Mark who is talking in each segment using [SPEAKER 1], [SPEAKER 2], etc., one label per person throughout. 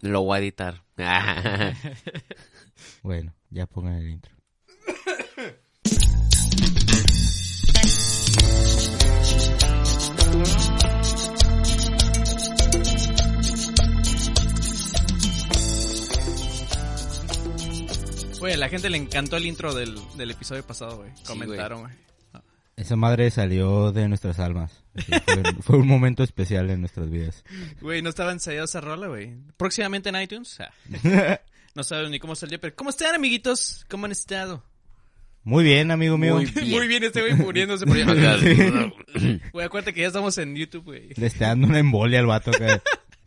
[SPEAKER 1] Lo voy a editar.
[SPEAKER 2] Bueno, ya pongan el intro.
[SPEAKER 3] Güey, a la gente le encantó el intro del, del episodio pasado, güey. Comentaron, güey.
[SPEAKER 2] Esa madre salió de nuestras almas. Sí, Fue, fue un momento especial en nuestras vidas.
[SPEAKER 3] Güey, no estaba ensayado esa rola, güey. Próximamente en iTunes. ah. No sabes ni cómo salió, pero ¿cómo están, amiguitos? ¿Cómo han estado?
[SPEAKER 2] Muy bien, amigo mío.
[SPEAKER 1] Muy bien.
[SPEAKER 3] Muy bien, este güey muriéndose por allá. Güey, acuérdate que ya estamos en YouTube, güey.
[SPEAKER 2] Le está dando una embolia al vato. Que...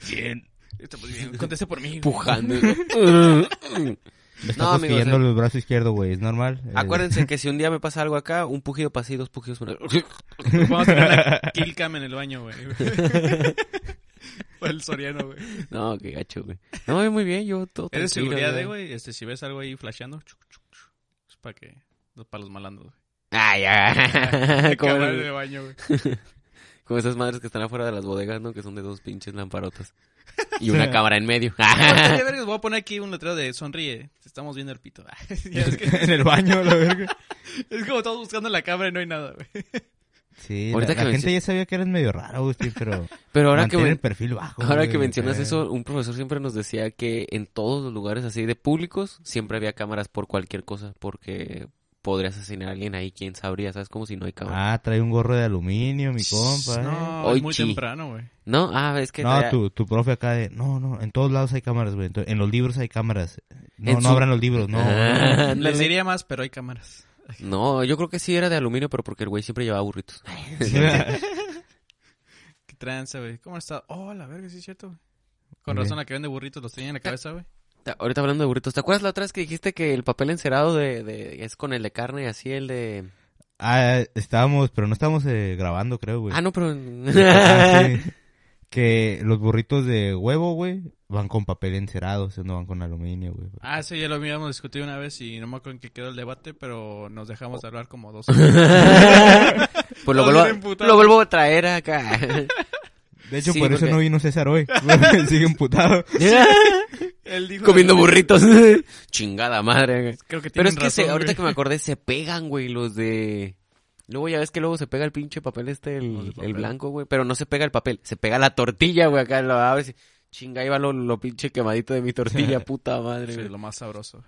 [SPEAKER 2] Bien.
[SPEAKER 3] Estamos bien. Conteste por mí. güey.
[SPEAKER 1] Pujando.
[SPEAKER 2] Le está
[SPEAKER 1] No, amigo,
[SPEAKER 2] cosquillando
[SPEAKER 1] o sea-
[SPEAKER 2] el brazo izquierdo, güey. Es normal. Eh,
[SPEAKER 1] Acuérdense que si un día me pasa algo acá, un pujido para sí, dos pujidos para
[SPEAKER 3] Vamos a tener la kill cam en el baño, güey. O el soriano, güey.
[SPEAKER 1] No, qué gacho, güey. No, muy bien, yo todo
[SPEAKER 3] Eres
[SPEAKER 1] tranquilo,
[SPEAKER 3] seguridad, eh, güey. Este, si ves algo ahí flasheando, chuc, chuc, chuc. es para que. Para los malandros, güey.
[SPEAKER 1] Ah, ya. como,
[SPEAKER 3] Cámara de baño, güey.
[SPEAKER 1] como esas madres que están afuera de las bodegas, ¿no? Que son de dos pinches lamparotas. Y una cámara en medio.
[SPEAKER 3] Ahorita ya vergas, voy a poner aquí un letrero de sonríe. Te estamos viendo el pito. Ya es, que-
[SPEAKER 2] en el baño, la verga.
[SPEAKER 3] es como estamos buscando la cámara y no hay nada, güey.
[SPEAKER 2] Sí,
[SPEAKER 1] Ahorita
[SPEAKER 2] la,
[SPEAKER 1] que
[SPEAKER 2] la
[SPEAKER 1] mencio-
[SPEAKER 2] gente ya sabía que eres medio raro, Agustín, pero
[SPEAKER 1] Pero ahora que,
[SPEAKER 2] mantén
[SPEAKER 1] men-
[SPEAKER 2] el perfil bajo.
[SPEAKER 1] ahora
[SPEAKER 2] güey,
[SPEAKER 1] que mencionas
[SPEAKER 2] eh.
[SPEAKER 1] eso, un profesor siempre nos decía que en todos los lugares así de públicos siempre había cámaras por cualquier cosa, porque podría asesinar a alguien ahí, quién sabría, ¿sabes? Como si no hay cámara.
[SPEAKER 2] Ah, trae un gorro de aluminio, mi compa. eh.
[SPEAKER 3] No,
[SPEAKER 1] Hoy
[SPEAKER 3] es muy
[SPEAKER 1] sí.
[SPEAKER 3] temprano, güey.
[SPEAKER 1] No, ah, es que...
[SPEAKER 2] No,
[SPEAKER 1] traía-
[SPEAKER 2] tu, tu profe acá de... No, no, en todos lados hay cámaras, güey. Entonces, En los libros hay cámaras. No,
[SPEAKER 1] En
[SPEAKER 2] no
[SPEAKER 1] su-
[SPEAKER 2] abran los libros, no.
[SPEAKER 1] Ah, ándale.
[SPEAKER 3] Les diría más, pero hay cámaras.
[SPEAKER 1] No, yo creo que sí era de aluminio, pero porque el güey siempre llevaba burritos.
[SPEAKER 3] Qué tranza, güey. ¿Cómo está? Oh, la verga, sí es cierto, güey. Con
[SPEAKER 2] Muy
[SPEAKER 3] razón la que vende burritos los tenía en la cabeza, güey.
[SPEAKER 1] Ta- Ahorita hablando de burritos, ¿te acuerdas la otra vez que dijiste que el papel encerado de, de- es con el de carne, así el de...
[SPEAKER 2] Ah, estábamos, pero no estábamos eh, grabando, creo, güey.
[SPEAKER 1] Ah, no, pero...
[SPEAKER 2] Ah, sí. Que los burritos de huevo, güey, van con papel encerado, o sea, no van con aluminio, güey.
[SPEAKER 3] Ah, eso ya lo habíamos discutido una vez y no me acuerdo en qué quedó el debate, pero nos dejamos de hablar como dos.
[SPEAKER 1] pues lo
[SPEAKER 3] Los
[SPEAKER 1] vuelvo,
[SPEAKER 3] bien
[SPEAKER 1] a-
[SPEAKER 3] emputados.
[SPEAKER 1] lo vuelvo a traer acá.
[SPEAKER 2] De hecho,
[SPEAKER 1] Sí,
[SPEAKER 2] por eso
[SPEAKER 1] porque-
[SPEAKER 2] no vino César hoy. Sigue emputado.
[SPEAKER 3] Él dijo...
[SPEAKER 1] Comiendo burritos. Chingada madre.
[SPEAKER 3] Creo que
[SPEAKER 1] Pero
[SPEAKER 3] tienen
[SPEAKER 1] es que se-
[SPEAKER 3] razón,
[SPEAKER 1] ahorita
[SPEAKER 3] güey.
[SPEAKER 1] que me acordé, se pegan, güey, los de... Luego ya ves que luego se pega el pinche papel este,
[SPEAKER 3] Los
[SPEAKER 1] el,
[SPEAKER 3] de papel.
[SPEAKER 1] el blanco, güey. Pero no se pega el papel, se pega la tortilla, güey, acá. Lo abres y... Chinga, ahí va lo, lo pinche quemadito de mi tortilla, puta madre.
[SPEAKER 3] Sí,
[SPEAKER 1] güey.
[SPEAKER 3] lo más sabroso.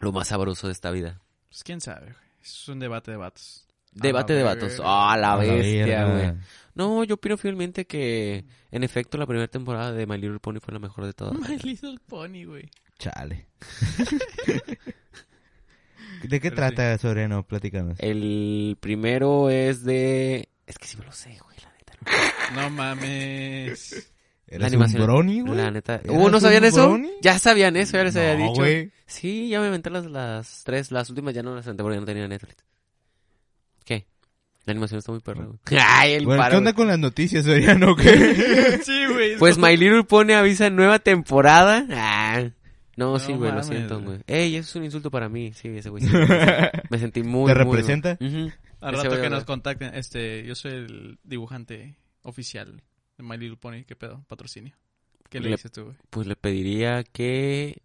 [SPEAKER 1] Lo más sabroso de esta vida.
[SPEAKER 3] Pues quién sabe, güey. Es un debate de vatos.
[SPEAKER 1] Debate
[SPEAKER 3] A
[SPEAKER 1] de
[SPEAKER 3] la
[SPEAKER 1] vatos.
[SPEAKER 3] verga.
[SPEAKER 1] Ah, la
[SPEAKER 2] A la
[SPEAKER 1] bestia,
[SPEAKER 2] verga.
[SPEAKER 1] güey. No, yo opino fielmente que, en efecto, la primera temporada de My Little Pony fue la mejor de todas.
[SPEAKER 3] My Little Pony, güey.
[SPEAKER 2] Chale. ¿De qué
[SPEAKER 3] Pero
[SPEAKER 2] trata, Soriano? Platícanos.
[SPEAKER 1] Eh, El primero es de... Es que sí me lo sé, güey, la neta. no.
[SPEAKER 3] No mames.
[SPEAKER 1] La
[SPEAKER 2] ¿Eres un
[SPEAKER 1] animación.
[SPEAKER 2] brony, güey?
[SPEAKER 1] La neta.
[SPEAKER 2] ¿Eras
[SPEAKER 1] Uh, ¿no
[SPEAKER 2] un
[SPEAKER 1] sabían eso?
[SPEAKER 2] brony?
[SPEAKER 1] Ya sabían eso, ya les había
[SPEAKER 2] No,
[SPEAKER 1] dicho.
[SPEAKER 2] güey.
[SPEAKER 1] Sí, ya me inventé las, las tres, las últimas ya no las senté porque no tenía Netflix. ¿Qué? La animación está muy perra, güey. Ay, el
[SPEAKER 2] Bueno,
[SPEAKER 1] paro,
[SPEAKER 2] ¿qué onda
[SPEAKER 1] güey.
[SPEAKER 2] con las noticias, Soriano? ¿Qué?
[SPEAKER 3] sí, güey.
[SPEAKER 1] Pues My Little Pony avisa nueva temporada. Ah. No,
[SPEAKER 3] No
[SPEAKER 1] sí, güey, lo
[SPEAKER 3] mames,
[SPEAKER 1] siento,
[SPEAKER 3] güey.
[SPEAKER 1] güey. Ey, eso es un insulto para mí. Sí, ese güey. sí. Me sentí muy.
[SPEAKER 2] ¿Te
[SPEAKER 1] muy-
[SPEAKER 2] representa?
[SPEAKER 1] Ujú.
[SPEAKER 3] Al
[SPEAKER 1] Ese
[SPEAKER 3] rato
[SPEAKER 1] voy a
[SPEAKER 3] que
[SPEAKER 1] ver.
[SPEAKER 3] nos contacten, este, yo soy el dibujante oficial de My Little Pony, qué pedo, patrocinio. ¿Qué le
[SPEAKER 1] Le-
[SPEAKER 3] dices tú, güey?
[SPEAKER 1] Pues le pediría que.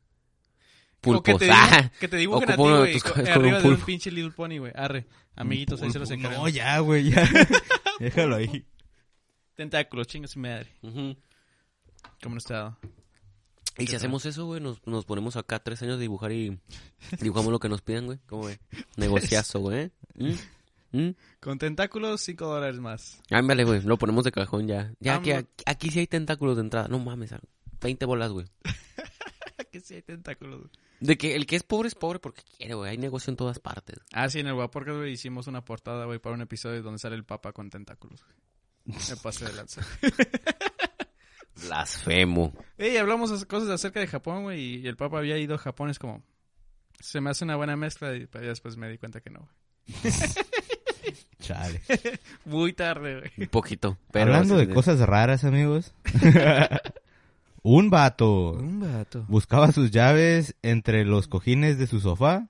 [SPEAKER 3] O que
[SPEAKER 1] Pulpos.
[SPEAKER 3] te,
[SPEAKER 1] Ah,
[SPEAKER 3] dibu- que te dibujen a ti,
[SPEAKER 1] Ocupa uno de
[SPEAKER 3] güey,
[SPEAKER 1] tus
[SPEAKER 3] co-
[SPEAKER 1] cosas con un
[SPEAKER 3] arriba de un
[SPEAKER 1] pulpo.
[SPEAKER 3] pinche Little Pony, güey. Arre, amiguitos, ahí se los encargo.
[SPEAKER 2] Pues, No, ya, güey, ya. Déjalo ahí.
[SPEAKER 3] Tentáculos, chingas y madre.
[SPEAKER 1] ujú.
[SPEAKER 3] ¿Cómo no está?
[SPEAKER 1] Y si hacemos eso, güey, nos, nos ponemos acá tres años de dibujar y dibujamos lo que nos pidan, güey. ¿Cómo ve? Negociazo, güey. ¿Mm? ¿Mm?
[SPEAKER 3] Con tentáculos, 5 dólares más.
[SPEAKER 1] Ándale, güey, lo ponemos de cajón ya. Ya aquí,
[SPEAKER 3] Ándale.
[SPEAKER 1] aquí, aquí sí hay tentáculos de entrada. No mames, ah, 20 bolas, güey.
[SPEAKER 3] Ah, que sí hay tentáculos. güey.
[SPEAKER 1] De que el que es pobre es pobre porque quiere, güey. Hay negocio en todas partes.
[SPEAKER 3] Ah, sí, en el Guaporca, güey, hicimos una portada, güey, para un episodio donde sale el Papa con tentáculos. güey. Me pasé de lanza.
[SPEAKER 1] Blasfemo.
[SPEAKER 3] Ey, hablamos as- cosas acerca de Japón, güey, y el Papa había ido a Japón, es como... Se me hace una buena mezcla y pero ya después me di cuenta que no, güey.
[SPEAKER 2] Chale.
[SPEAKER 3] Muy tarde, güey.
[SPEAKER 1] Un poquito. Pero
[SPEAKER 2] Hablando
[SPEAKER 1] así
[SPEAKER 2] de cosas raras, amigos. un vato
[SPEAKER 3] vato.
[SPEAKER 2] buscaba sus llaves entre los cojines de su sofá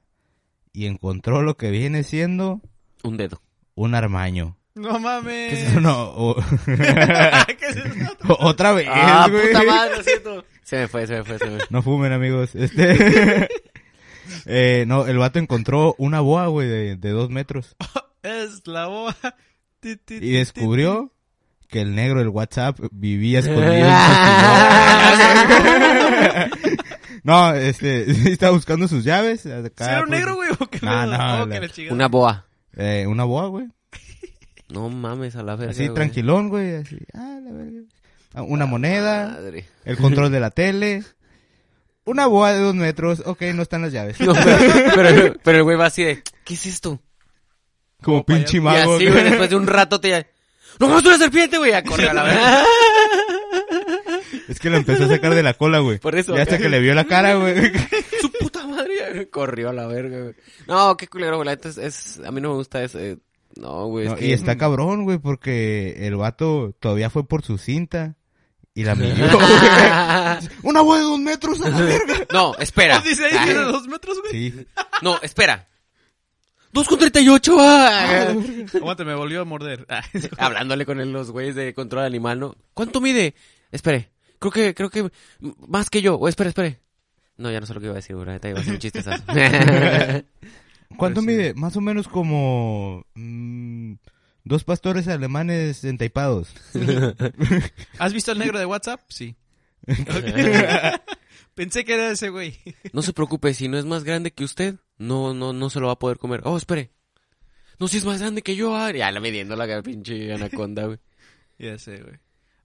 [SPEAKER 2] y encontró lo que viene siendo
[SPEAKER 1] Un dedo.
[SPEAKER 2] un armaño.
[SPEAKER 3] No mames.
[SPEAKER 2] No, o-
[SPEAKER 3] ¿Qué es eso?
[SPEAKER 2] otra vez,
[SPEAKER 1] ¡Ah,
[SPEAKER 2] güey.
[SPEAKER 1] puta Ah, madre, lo siento! Se me fue, se me fue, se me fue.
[SPEAKER 2] No fumen, amigos. Este. eh, no, el vato encontró una boa, güey, de, de dos metros.
[SPEAKER 3] Es la boa. Ti, ti, ti,
[SPEAKER 2] Y descubrió que el negro del WhatsApp vivía escondido en
[SPEAKER 1] Ah.
[SPEAKER 2] Chapinero. No, este, sí estaba buscando sus llaves.
[SPEAKER 3] ti.
[SPEAKER 2] acá,
[SPEAKER 3] ¿Sí era un
[SPEAKER 2] pues,
[SPEAKER 3] negro, güey? ¿O qué
[SPEAKER 2] No,
[SPEAKER 3] pedo?
[SPEAKER 2] no,
[SPEAKER 3] Oh,
[SPEAKER 2] la-
[SPEAKER 3] que la chingada.
[SPEAKER 1] Una boa.
[SPEAKER 2] eh, una boa, güey.
[SPEAKER 1] No mames a la verga.
[SPEAKER 2] Así
[SPEAKER 1] güey.
[SPEAKER 2] tranquilón, güey. Así, ah, la verga. Ah, Una moneda,
[SPEAKER 1] Madre.
[SPEAKER 2] el control de la tele. Una boa de dos metros. Ok, no están las llaves.
[SPEAKER 1] No, pero, pero, pero el güey va así de, ¿qué es esto?
[SPEAKER 2] Como pinche
[SPEAKER 1] Y
[SPEAKER 2] mago.
[SPEAKER 1] así,
[SPEAKER 2] güey.
[SPEAKER 1] güey, después de un rato te... ¡No, es una serpiente, güey! A correr a la verga.
[SPEAKER 2] Es que lo empezó a sacar de la cola, güey.
[SPEAKER 1] Por eso,
[SPEAKER 2] Y hasta
[SPEAKER 1] acá.
[SPEAKER 2] que le vio la cara, güey.
[SPEAKER 1] Su puta madre. Corrió a la verga, güey. No, qué culero, güey. La neta es, es- A mí no me gusta eso. eh, No, güey. es
[SPEAKER 2] No,
[SPEAKER 1] que-
[SPEAKER 2] Y
[SPEAKER 3] mm.
[SPEAKER 2] está cabrón, güey, porque el vato todavía fue por su cinta y la midió. Una boa de dos metros a la verga.
[SPEAKER 1] no, espera.
[SPEAKER 3] Oh, Dice ahí que era de dos metros, güey.
[SPEAKER 2] Sí.
[SPEAKER 1] No, espera. ¡Dos con treinta y ocho! ah.
[SPEAKER 3] Aguanta, me volvió a morder. Ah, es-
[SPEAKER 1] Hablándole con él, los güeyes de control animal, ¿no? ¿Cuánto mide? Espere. Creo que, creo que... m- Más que yo. O espere, espere. No, ya no sé lo que iba a decir, güey. La neta iba a hacer un chistezazo.
[SPEAKER 2] ¿Cuánto
[SPEAKER 3] Pues sí.
[SPEAKER 2] mide? Más o menos como mm, dos pastores alemanes entaipados.
[SPEAKER 3] ¿Has visto el negro de WhatsApp? Sí. Pensé que era ese, güey.
[SPEAKER 1] No se preocupe, si no es más grande que usted, no, no, no se lo va a poder comer. Oh, espere. No, si es más grande que yo, ah. Ya la midiendo la pinche anaconda, güey.
[SPEAKER 3] Ya sé, güey.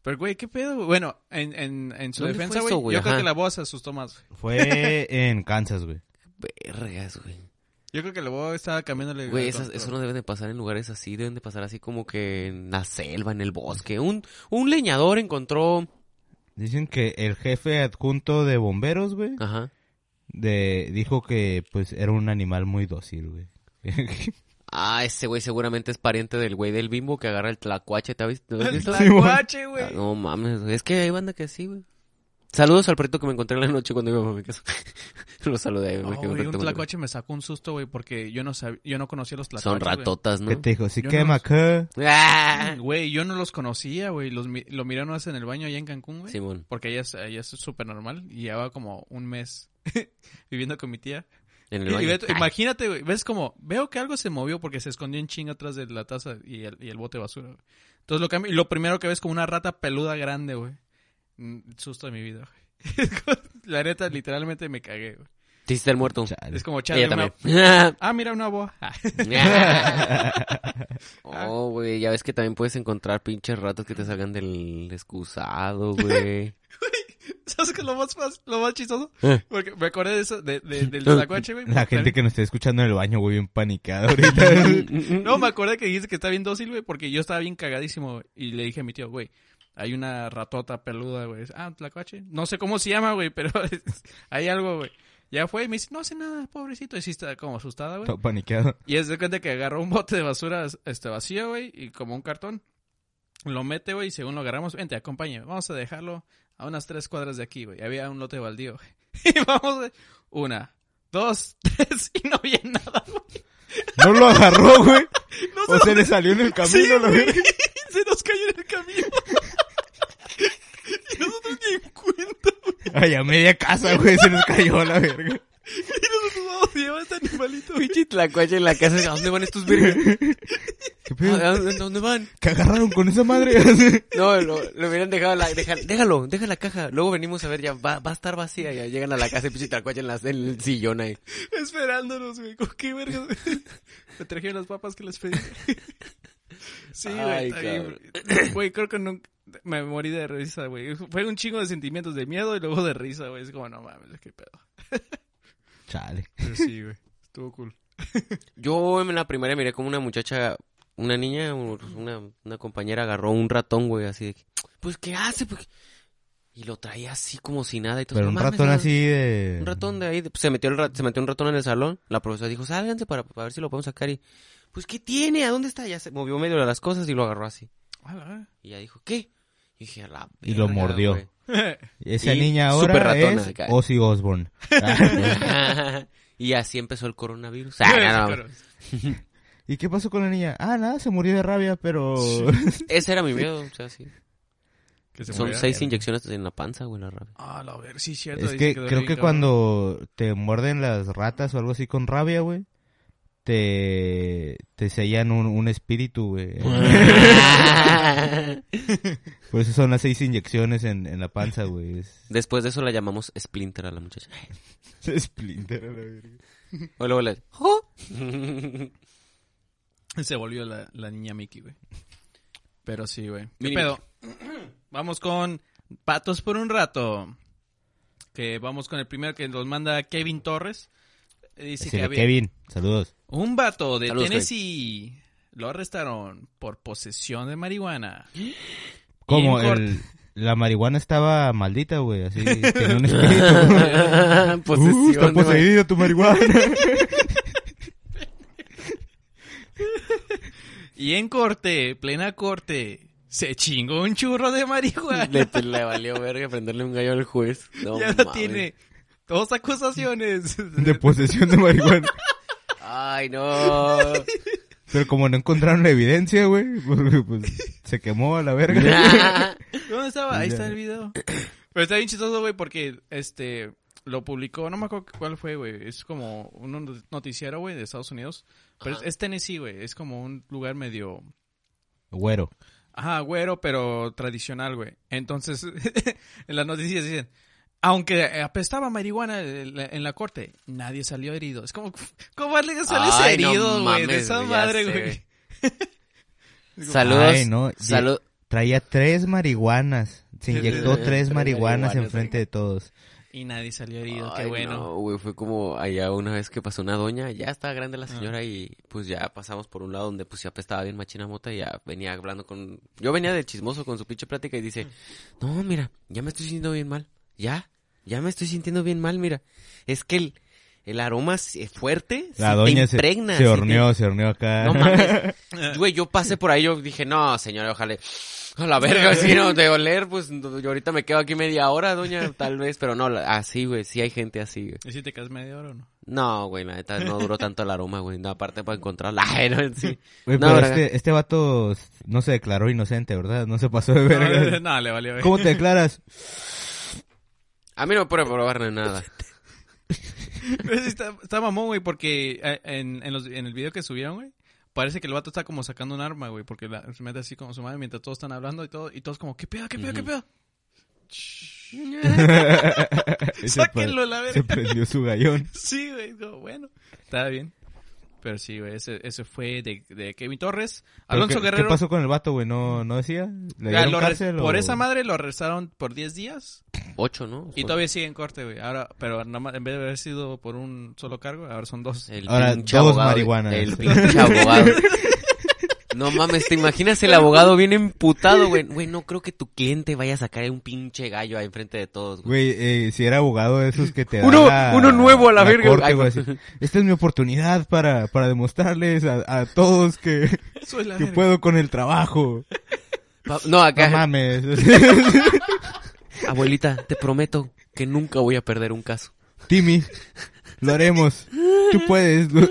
[SPEAKER 3] Pero, güey, ¿qué pedo? güey? Bueno, en, en, en su
[SPEAKER 1] ¿Dónde
[SPEAKER 3] defensa,
[SPEAKER 1] fue eso,
[SPEAKER 3] güey, yo
[SPEAKER 1] güey?
[SPEAKER 3] creo
[SPEAKER 1] Ajá.
[SPEAKER 3] que la voz se asustó más. güey.
[SPEAKER 2] Fue en Kansas, güey.
[SPEAKER 1] Vergas, güey.
[SPEAKER 3] Yo creo que la voz estaba cambiándole.
[SPEAKER 1] Güey,
[SPEAKER 3] el
[SPEAKER 1] esas-
[SPEAKER 3] control.
[SPEAKER 1] eso no deben de pasar en lugares así, deben de pasar así como que en la selva, en el bosque. Un, un leñador encontró...
[SPEAKER 2] Dicen que el jefe adjunto de bomberos, güey,
[SPEAKER 1] Ajá.
[SPEAKER 2] de, dijo que pues era un animal muy dócil, güey.
[SPEAKER 1] Ah, ese güey seguramente es pariente del güey del bimbo que agarra el tlacuache, ¿te has visto? ¿Te has
[SPEAKER 3] El
[SPEAKER 1] visto?
[SPEAKER 3] tlacuache,
[SPEAKER 1] Ah,
[SPEAKER 3] güey.
[SPEAKER 1] No mames, güey. es que hay banda que sí, güey. Saludos al perrito que me encontré en la noche cuando iba a mi casa. Lo saludé,
[SPEAKER 3] No,
[SPEAKER 1] güey. que me
[SPEAKER 3] güey, un
[SPEAKER 1] encontré-
[SPEAKER 3] tlacuache me sacó un susto, güey, porque yo no sabía, yo no conocía los tlacuaches.
[SPEAKER 1] Son
[SPEAKER 3] güey.
[SPEAKER 1] ratotas, ¿no?
[SPEAKER 2] Que te dijo, sí
[SPEAKER 3] Yo
[SPEAKER 2] quema
[SPEAKER 3] no-
[SPEAKER 2] acá.
[SPEAKER 1] ¡Ah!
[SPEAKER 3] Güey, yo no los conocía, güey. Los mi- lo miré nomás en el baño allá en Cancún, güey.
[SPEAKER 1] Simón.
[SPEAKER 3] Porque ella es, ella es súper normal y llevaba como un mes viviendo con mi tía.
[SPEAKER 1] En
[SPEAKER 3] Y,
[SPEAKER 1] el
[SPEAKER 3] y
[SPEAKER 1] baño.
[SPEAKER 3] ve-
[SPEAKER 1] Ay,
[SPEAKER 3] imagínate, güey, ves como, veo que algo se movió porque se escondió en chinga atrás de la taza y el, y el bote de basura. güey. Entonces lo cambio y lo primero que ves como una rata peluda grande, güey. Mm, el Susto de mi vida, güey. la neta, literalmente me cagué, güey.
[SPEAKER 1] Te Ah, hiciste el muerto.
[SPEAKER 2] Chale.
[SPEAKER 3] Es como, chale,
[SPEAKER 1] Ella
[SPEAKER 3] una-
[SPEAKER 1] también.
[SPEAKER 3] Ah, mira, una boa. Ah,
[SPEAKER 1] oh, güey, ya ves que también puedes encontrar pinches ratas que te salgan del excusado, güey.
[SPEAKER 3] ¿Sabes qué es lo más, fas- lo más chistoso?
[SPEAKER 1] Eh.
[SPEAKER 3] Porque me acordé de eso, de, de- del tlacuache, güey.
[SPEAKER 2] La gente que nos está escuchando en el baño, güey, bien panicada ahorita.
[SPEAKER 3] No, me acordé que dijiste que está bien dócil, güey, porque yo estaba bien cagadísimo güey, y le dije a mi tío, güey, hay una ratota peluda, güey. Ah, un tlacuache. No sé cómo se llama, güey, pero hay algo, güey. Ya fue y me dice, no hace nada, pobrecito. Y sí está como asustada, güey.
[SPEAKER 2] Todo paniqueado.
[SPEAKER 3] Y es de cuenta que agarró un bote de basura este vacío, güey, y como un cartón. Lo mete, güey, y según lo agarramos, vente, acompáñame. Vamos a dejarlo a unas tres cuadras de aquí, güey. Había un lote baldío, güey. Y vamos, güey, una, dos, tres, y no había nada, güey.
[SPEAKER 2] No lo agarró, güey.
[SPEAKER 3] No
[SPEAKER 2] O
[SPEAKER 3] sé
[SPEAKER 2] se le salió en el camino,
[SPEAKER 3] Sí,
[SPEAKER 2] la
[SPEAKER 3] güey.
[SPEAKER 2] verga.
[SPEAKER 3] Se nos cayó en el camino. Y nosotros ni en cuenta, güey.
[SPEAKER 2] Ay, a media casa, güey, se nos cayó la verga.
[SPEAKER 3] Y nosotros vamos a llevar este animalito, güey.
[SPEAKER 1] Pinche tlacuache en la casa. ¿A dónde van estos vergas?
[SPEAKER 2] ¿Qué
[SPEAKER 1] ¿A
[SPEAKER 3] Ah,
[SPEAKER 2] pedo?
[SPEAKER 1] dónde- a dónde van?
[SPEAKER 2] ¿Qué agarraron con esa madre?
[SPEAKER 1] No, lo, lo hubieran dejado la, deja- déjalo, deja la caja, luego venimos a ver, ya va, va a estar vacía, ya llegan a la casa y pinche tlacuache en, las- en el sillón ahí.
[SPEAKER 3] Esperándonos, güey. ¿Con qué verga? Me trajeron las papas que les pedí. Sí,
[SPEAKER 1] Ay,
[SPEAKER 3] güey. está bien, Güey, Güey, creo que nunca... Me morí de risa, güey. Fue un chingo de sentimientos de miedo y luego de risa, güey. Es como, no mames, qué pedo.
[SPEAKER 2] Chale.
[SPEAKER 3] Pero sí, güey. Estuvo cool.
[SPEAKER 1] Yo en la primaria miré como una muchacha, una niña, una, una compañera agarró un ratón, güey, así de que, pues, ¿qué hace? Pues, y lo traía así como si nada. Y todos,
[SPEAKER 2] Pero
[SPEAKER 1] "No
[SPEAKER 2] un
[SPEAKER 1] mames,
[SPEAKER 2] ratón
[SPEAKER 1] no".
[SPEAKER 2] así de...
[SPEAKER 1] Un ratón de ahí, de- se metió, el ra- se metió un ratón en el salón, la profesora dijo, sálganse para, para ver si lo podemos sacar y, pues, ¿qué tiene? ¿A dónde está? Ya se movió medio de las cosas y lo agarró así.
[SPEAKER 3] A la verga.
[SPEAKER 1] Y ya dijo, ¿qué? Y dije, "A la
[SPEAKER 2] Y lo
[SPEAKER 1] verga,
[SPEAKER 2] mordió.
[SPEAKER 1] güey".
[SPEAKER 2] Esa
[SPEAKER 1] Y
[SPEAKER 2] niña
[SPEAKER 1] súper
[SPEAKER 2] ahora
[SPEAKER 1] ratona,
[SPEAKER 2] es
[SPEAKER 1] acá.
[SPEAKER 2] Ozzy Osbourne. Ah, eh.
[SPEAKER 1] y así empezó el coronavirus. Ah, no, no.
[SPEAKER 3] Pero-
[SPEAKER 2] ¿Y qué pasó con la niña? Ah, nada, se murió de rabia, pero...
[SPEAKER 1] Ese era mi miedo, o sea, sí.
[SPEAKER 3] Qué Que se
[SPEAKER 1] Son
[SPEAKER 3] muera.
[SPEAKER 1] seis inyecciones en la panza, güey, la rabia.
[SPEAKER 3] Ah, la ver, sí, cierto.
[SPEAKER 2] Es
[SPEAKER 3] dice
[SPEAKER 2] que
[SPEAKER 3] duele
[SPEAKER 2] creo
[SPEAKER 3] bien
[SPEAKER 2] que
[SPEAKER 3] cabrón.
[SPEAKER 2] cuando te muerden las ratas o algo así con rabia, güey, te, te sellan un, un espíritu, güey.
[SPEAKER 3] Pues.
[SPEAKER 2] Por eso son las seis inyecciones en, en la panza, güey. Es,
[SPEAKER 1] Después de eso la llamamos Splinter a la muchacha.
[SPEAKER 2] es splinter, a la verga.
[SPEAKER 1] O luego la-
[SPEAKER 3] Se volvió la, la niña Mickey, güey. Pero sí, güey. ¿Qué
[SPEAKER 1] Mini
[SPEAKER 3] pedo? Vamos con Patos por un rato. Que vamos con el primero que nos manda Kevin Torres. Eh, Dice que
[SPEAKER 2] Decirle,
[SPEAKER 3] había-
[SPEAKER 2] Kevin, saludos.
[SPEAKER 3] un vato de
[SPEAKER 1] Saludos,
[SPEAKER 3] Tennessee lo arrestaron por posesión de marihuana.
[SPEAKER 2] Como
[SPEAKER 3] Import.
[SPEAKER 2] el, la marihuana estaba maldita, güey, así, tenía un espíritu.
[SPEAKER 1] Posesión,
[SPEAKER 2] Uh, está
[SPEAKER 1] güey.
[SPEAKER 2] poseída tu marihuana.
[SPEAKER 3] Y en corte, plena corte, se chingó un churro de marihuana.
[SPEAKER 1] Le, le valió verga prenderle un gallo al juez. No,
[SPEAKER 3] ya lo
[SPEAKER 1] mames.
[SPEAKER 3] tiene. Dos acusaciones.
[SPEAKER 2] De posesión de marihuana.
[SPEAKER 1] Ay, no.
[SPEAKER 2] Pero como no encontraron la evidencia, güey, pues, pues, se quemó a la verga.
[SPEAKER 3] ¿Dónde estaba? Ahí
[SPEAKER 2] Ya.
[SPEAKER 3] está el video. Pero está bien chistoso, güey, porque este lo publicó, no me acuerdo cuál fue, güey. Es como un noticiero, güey, de Estados Unidos. Pero es,
[SPEAKER 1] Ajá.
[SPEAKER 3] es Tennessee, güey. Es como un lugar medio.
[SPEAKER 2] Güero.
[SPEAKER 3] Ajá, güero, pero tradicional, güey. Entonces, en las noticias dicen. Aunque apestaba marihuana en la, en la corte, nadie salió herido. Es como, ¿cómo alguien sale
[SPEAKER 1] Ay, no
[SPEAKER 3] herido, güey? de
[SPEAKER 1] mames,
[SPEAKER 3] esa
[SPEAKER 1] güey, ya
[SPEAKER 3] madre,
[SPEAKER 1] sé,
[SPEAKER 3] güey.
[SPEAKER 1] güey. Saludos.
[SPEAKER 2] Ay, no, di-
[SPEAKER 1] Salud.
[SPEAKER 2] Traía tres marihuanas. Se
[SPEAKER 3] Sí,
[SPEAKER 2] inyectó
[SPEAKER 1] sí,
[SPEAKER 2] tres
[SPEAKER 1] sí,
[SPEAKER 2] marihuanas
[SPEAKER 1] marihuanas,
[SPEAKER 2] enfrente de todos.
[SPEAKER 3] "Ah, Y nadie salió herido,
[SPEAKER 1] Ay,
[SPEAKER 3] qué bueno.
[SPEAKER 1] No, güey, fue como allá una vez que pasó una doña, ya estaba grande
[SPEAKER 3] Ah.
[SPEAKER 1] la señora y pues ya pasamos por un lado donde pues ya estaba bien machina mota y ya venía hablando con... Yo venía de chismoso con su pinche plática y
[SPEAKER 3] Mm.
[SPEAKER 1] dice, no, mira, ya me estoy sintiendo bien mal, ya, ya me estoy sintiendo bien mal, mira, es que el, el aroma es es fuerte,
[SPEAKER 2] La
[SPEAKER 1] sí
[SPEAKER 2] doña
[SPEAKER 1] te
[SPEAKER 2] se,
[SPEAKER 1] impregna,
[SPEAKER 2] se
[SPEAKER 1] sí te-
[SPEAKER 2] horneó, se horneó acá.
[SPEAKER 1] No mames, güey, yo pasé por ahí, yo dije, no, señora, ojalá... A la verga, si no, de oler, pues no, yo ahorita me quedo aquí media hora, doña, tal vez, pero no, la- así, güey, sí hay gente así, güey.
[SPEAKER 3] ¿Y si te quedas media hora o no?
[SPEAKER 1] No, güey, la neta no duró tanto el aroma, güey. No, aparte para encontrarla. Ay, no, en sí.
[SPEAKER 2] Güey,
[SPEAKER 1] No,
[SPEAKER 2] pero
[SPEAKER 1] verga.
[SPEAKER 2] este, este vato no se declaró inocente, ¿verdad? No se pasó de verga.
[SPEAKER 3] No, le valió. güey.
[SPEAKER 2] ¿Cómo te declaras?
[SPEAKER 1] A mí no me puede probarme nada.
[SPEAKER 3] Pero sí está, está mamón, güey, porque eh, en, en los- en el video que subieron, güey, parece que el vato está como sacando un arma, güey, porque la, se mete así como su madre mientras todos están hablando y todo, y todos como, ¿qué pedo, qué pedo, qué
[SPEAKER 1] Ujú.
[SPEAKER 3] pedo?
[SPEAKER 2] Y se
[SPEAKER 3] Sáquenlo, la
[SPEAKER 2] pre-
[SPEAKER 3] verga.
[SPEAKER 2] Se prendió su gallón.
[SPEAKER 3] Sí, güey, como, bueno, está bien. Pero sí, güey, ese, ese fue de, de Kevin Torres.
[SPEAKER 2] Pero
[SPEAKER 3] Alonso
[SPEAKER 2] ¿qué,
[SPEAKER 3] Guerrero.
[SPEAKER 2] ¿Qué pasó con el vato, güey? ¿No, no decía? ¿Le
[SPEAKER 3] ah,
[SPEAKER 2] dieron
[SPEAKER 3] lo arre-
[SPEAKER 2] cárcel o-
[SPEAKER 3] Por esa madre lo arrestaron por 10 días
[SPEAKER 1] Ocho, ¿no?
[SPEAKER 3] y todavía sigue en corte, güey. Ahora, pero nada más, en vez de haber sido por un solo cargo, ahora son dos.
[SPEAKER 1] El
[SPEAKER 2] Ahora,
[SPEAKER 1] pinche
[SPEAKER 2] dos
[SPEAKER 1] abogado,
[SPEAKER 2] marihuanas.
[SPEAKER 1] El pinche abogado. No mames, ¿te imaginas el abogado bien emputado, güey? Güey, no creo que tu cliente vaya a sacar un pinche gallo ahí enfrente de todos, güey.
[SPEAKER 2] Güey, eh, si era abogado de esos que te dan
[SPEAKER 1] Uno-
[SPEAKER 2] la-
[SPEAKER 1] uno nuevo a la verga.
[SPEAKER 2] corte,
[SPEAKER 1] Ay,
[SPEAKER 2] güey,
[SPEAKER 1] güey.
[SPEAKER 2] así, Esta es mi oportunidad para, para demostrarles a, a todos que,
[SPEAKER 3] Soy la
[SPEAKER 2] que
[SPEAKER 3] verga.
[SPEAKER 2] puedo con el trabajo.
[SPEAKER 1] Pa- No,
[SPEAKER 2] No
[SPEAKER 1] acá.
[SPEAKER 2] mames.
[SPEAKER 1] Abuelita, te prometo que nunca voy a perder un caso.
[SPEAKER 2] Timmy, lo haremos. Tú puedes. Lu-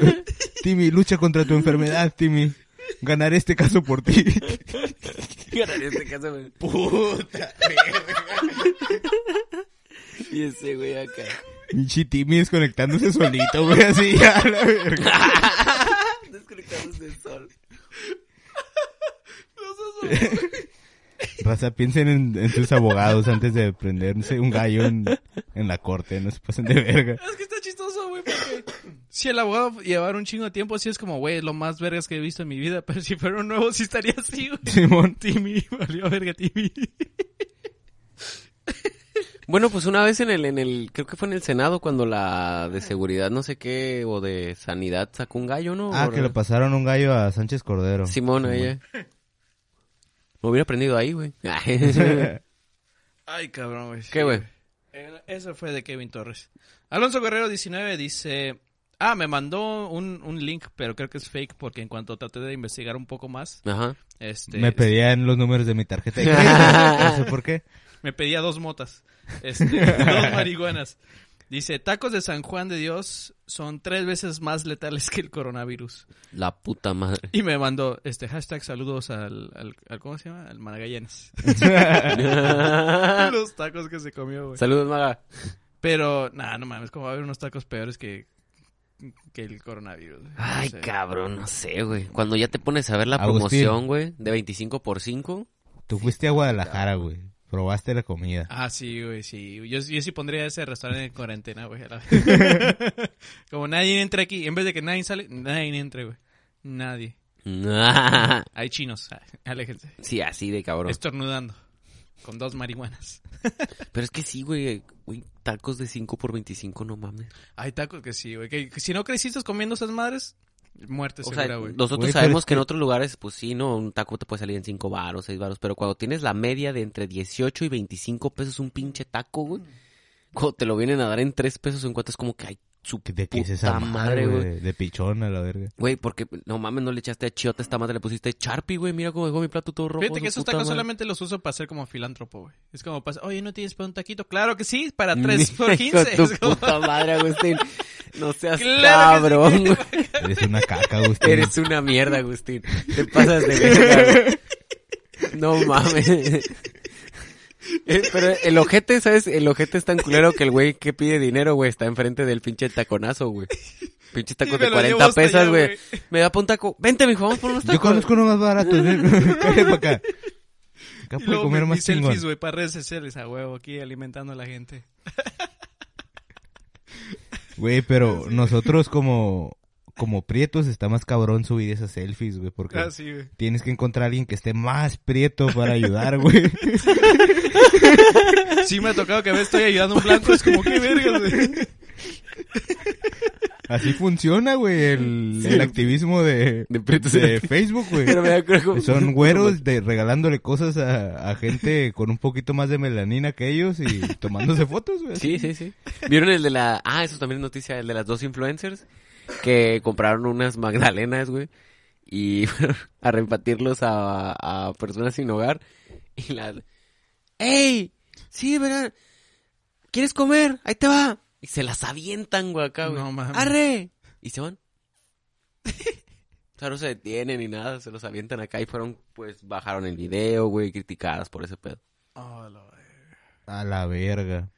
[SPEAKER 2] Timmy, lucha contra tu enfermedad, Timmy. Ganaré este caso por ti.
[SPEAKER 1] En este caso, güey.
[SPEAKER 2] Puta.
[SPEAKER 1] Y ese güey acá.
[SPEAKER 2] Pinche Timmy desconectándose solito, güey, así ya, la verga.
[SPEAKER 1] Desconectándose del sol.
[SPEAKER 2] Raza, piensen en, en sus abogados antes de prenderse un gallo en, en la corte, no se pasen de verga.
[SPEAKER 3] Es que está chistoso, güey, porque si el abogado llevara un chingo de tiempo, sí es como, güey, es lo más vergas que he visto en mi vida, pero si fuera un nuevo, sí estaría así, güey.
[SPEAKER 2] Simón.
[SPEAKER 3] Timmy, valió verga, Timmy.
[SPEAKER 1] Bueno, pues una vez en el, en el, creo que fue en el Senado cuando la de seguridad no sé qué o de sanidad sacó un gallo, ¿no?
[SPEAKER 2] Ah,
[SPEAKER 1] O-
[SPEAKER 2] que le pasaron un gallo a Sánchez Cordero.
[SPEAKER 1] Simón, ella. Lo hubiera aprendido ahí, güey.
[SPEAKER 3] Ay, cabrón, güey.
[SPEAKER 1] ¿Qué, güey?
[SPEAKER 3] Eh, Eso fue de Kevin Torres. Alonso Guerrero 19 dice, ah, me mandó un, un link, pero creo que es fake, porque en cuanto traté de investigar un poco más,
[SPEAKER 1] Ajá.
[SPEAKER 3] este,
[SPEAKER 2] Me pedían los números de mi tarjeta de crédito. No sé por qué.
[SPEAKER 3] me pedía dos motas, este, dos marihuanas. Dice, tacos de San Juan de Dios son tres veces más letales que el coronavirus.
[SPEAKER 1] La puta madre.
[SPEAKER 3] Y me mandó este hashtag saludos al, al, al- ¿cómo se llama? Al Magallanes.
[SPEAKER 1] Ah.
[SPEAKER 3] Los tacos que se comió, güey.
[SPEAKER 1] Saludos, Maga.
[SPEAKER 3] Pero, nada, no mames, como va a haber unos tacos peores que, que el coronavirus. güey? No
[SPEAKER 1] Ay,
[SPEAKER 3] sé.
[SPEAKER 1] cabrón, no sé, güey. Cuando ya te pones a ver la
[SPEAKER 2] Agustín.
[SPEAKER 1] promoción, güey, de 25 por 5.
[SPEAKER 2] Tú fuiste a Guadalajara, güey. Probaste la comida.
[SPEAKER 3] Ah, sí, güey, sí. Yo, yo sí pondría ese restaurante en cuarentena, güey. a la- Como nadie entra aquí, en vez de que nadie sale, nadie entra, güey. Nadie. Hay chinos, ah, aléjense.
[SPEAKER 1] sí, así de cabrón.
[SPEAKER 3] Estornudando. Con dos marihuanas.
[SPEAKER 1] Pero es que sí, güey. güey, Tacos de 5 por 25, no mames.
[SPEAKER 3] Hay tacos que sí, güey. Que, que si no creciste comiendo esas madres, muerte
[SPEAKER 1] O sea,
[SPEAKER 3] segura, güey.
[SPEAKER 1] nosotros
[SPEAKER 2] Güey, pero
[SPEAKER 1] sabemos
[SPEAKER 2] es
[SPEAKER 1] que en otros lugares, pues sí, no, un taco te puede salir en 5 baros, 6 baros, pero cuando tienes la media de entre 18 y 25 pesos un pinche taco, güey, cuando te lo vienen a dar en 3 pesos en cuanto es como que hay su
[SPEAKER 2] ¿Qué- ¿De qué
[SPEAKER 1] puta
[SPEAKER 2] es esa
[SPEAKER 1] madre, güey.
[SPEAKER 2] De pichón a la verga.
[SPEAKER 1] Güey, porque no mames, no le echaste a chiote esta madre, le pusiste Charpy, güey, mira cómo dejó mi plato todo rojo.
[SPEAKER 3] Fíjate que
[SPEAKER 1] su
[SPEAKER 3] esos
[SPEAKER 1] puta
[SPEAKER 3] tacos
[SPEAKER 1] madre.
[SPEAKER 3] solamente los uso para ser como filántropo, güey. Es como pasa, oye, ¿no tienes para un taquito? Claro que sí, para 3 por 15.
[SPEAKER 1] Con
[SPEAKER 3] Es
[SPEAKER 1] tu
[SPEAKER 3] como,
[SPEAKER 1] puta madre, Agustín. No seas
[SPEAKER 3] Claro que sí,
[SPEAKER 1] cabrón,
[SPEAKER 3] güey.
[SPEAKER 1] güey.
[SPEAKER 2] Eres una caca, Agustín.
[SPEAKER 1] Eres una mierda, Agustín. Te pasas de verga. güey. No mames. Eh, Pero el ojete, ¿sabes? El ojete es tan culero que el güey que pide dinero, güey, está enfrente del pinche taconazo, güey. Pinche
[SPEAKER 3] Y
[SPEAKER 1] tacos
[SPEAKER 3] me
[SPEAKER 1] de
[SPEAKER 3] lo llevo
[SPEAKER 1] 40
[SPEAKER 3] hasta
[SPEAKER 1] pesas,
[SPEAKER 3] allá,
[SPEAKER 1] güey. Me da pa' un taco. Vente, mijo, vamos por unos tacos.
[SPEAKER 2] Yo conozco uno más barato. ven. Cállate para acá. Acá
[SPEAKER 3] Y
[SPEAKER 2] puede
[SPEAKER 3] luego
[SPEAKER 2] comer
[SPEAKER 3] mis-
[SPEAKER 2] más
[SPEAKER 3] mis
[SPEAKER 2] chingón.
[SPEAKER 3] selfies, güey, para redes sociales a huevo aquí alimentando a la gente.
[SPEAKER 2] Güey, pero nosotros como, como prietos está más cabrón subir esas selfies, güey. Porque
[SPEAKER 3] Ah, sí, güey.
[SPEAKER 2] tienes que encontrar a alguien que esté más prieto para ayudar, güey.
[SPEAKER 3] Sí me ha tocado que a veces estoy ayudando a un blanco, es como, qué vergas, güey.
[SPEAKER 2] Así funciona, güey, el, el activismo de,
[SPEAKER 1] De prietos
[SPEAKER 2] de
[SPEAKER 1] en activismo.
[SPEAKER 2] Facebook, güey.
[SPEAKER 1] Pero me da creo que-
[SPEAKER 2] Son güeros de, regalándole cosas a, a gente con un poquito más de melanina que ellos y tomándose fotos, güey.
[SPEAKER 1] Sí, sí, sí. ¿Vieron el de la... Ah, eso también es noticia, el de las dos influencers que compraron unas magdalenas, güey, y fueron a repartirlos a, a personas sin hogar y la... ¡Ey! Sí, ¿verdad? ¿Quieres comer? Ahí te va. Y se las avientan, güey, acá, güey.
[SPEAKER 3] No mames.
[SPEAKER 1] ¡Arre! Y se van. O sea, no se detienen ni nada, se los avientan acá y fueron, pues, bajaron el video, güey, criticadas por ese pedo.
[SPEAKER 3] Oh, la verga.
[SPEAKER 2] A la verga.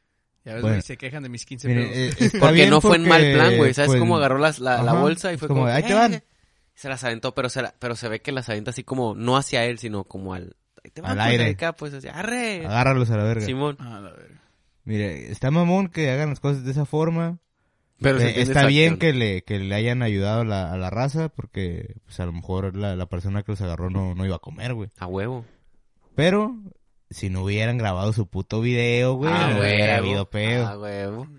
[SPEAKER 3] Ya ves,
[SPEAKER 2] Bueno.
[SPEAKER 3] güey, se quejan de mis 15
[SPEAKER 2] Miren,
[SPEAKER 3] pesos.
[SPEAKER 2] eh, está
[SPEAKER 1] Porque
[SPEAKER 2] bien
[SPEAKER 1] no fue en mal
[SPEAKER 2] porque,
[SPEAKER 1] plan, güey. ¿Sabes
[SPEAKER 2] pues,
[SPEAKER 1] cómo agarró las- la, la
[SPEAKER 2] ajá,
[SPEAKER 1] bolsa y
[SPEAKER 2] es
[SPEAKER 1] fue
[SPEAKER 2] como,
[SPEAKER 1] como...
[SPEAKER 2] "Ahí te van".
[SPEAKER 1] Se las aventó, pero se, la- pero se ve que las avienta así como... No hacia él, sino como al... "Ahí te van",
[SPEAKER 2] Al
[SPEAKER 1] pues,
[SPEAKER 2] aire.
[SPEAKER 1] de Acá, pues, así, ¡arre!
[SPEAKER 2] Agárralos a la verga.
[SPEAKER 1] Simón.
[SPEAKER 3] Ah, la verga.
[SPEAKER 2] Mire, está mamón que hagan las cosas de esa forma.
[SPEAKER 1] Pero se
[SPEAKER 2] Eh,
[SPEAKER 1] entiende
[SPEAKER 2] está
[SPEAKER 1] su
[SPEAKER 2] bien
[SPEAKER 1] acción.
[SPEAKER 2] que le, que le hayan ayudado a la, a la raza porque pues a lo mejor la, la persona que los agarró no, no iba a comer, güey.
[SPEAKER 1] A huevo.
[SPEAKER 2] Pero si no hubieran grabado su puto video, güey,
[SPEAKER 1] a
[SPEAKER 2] no hubiera habido pedo.
[SPEAKER 1] A huevo.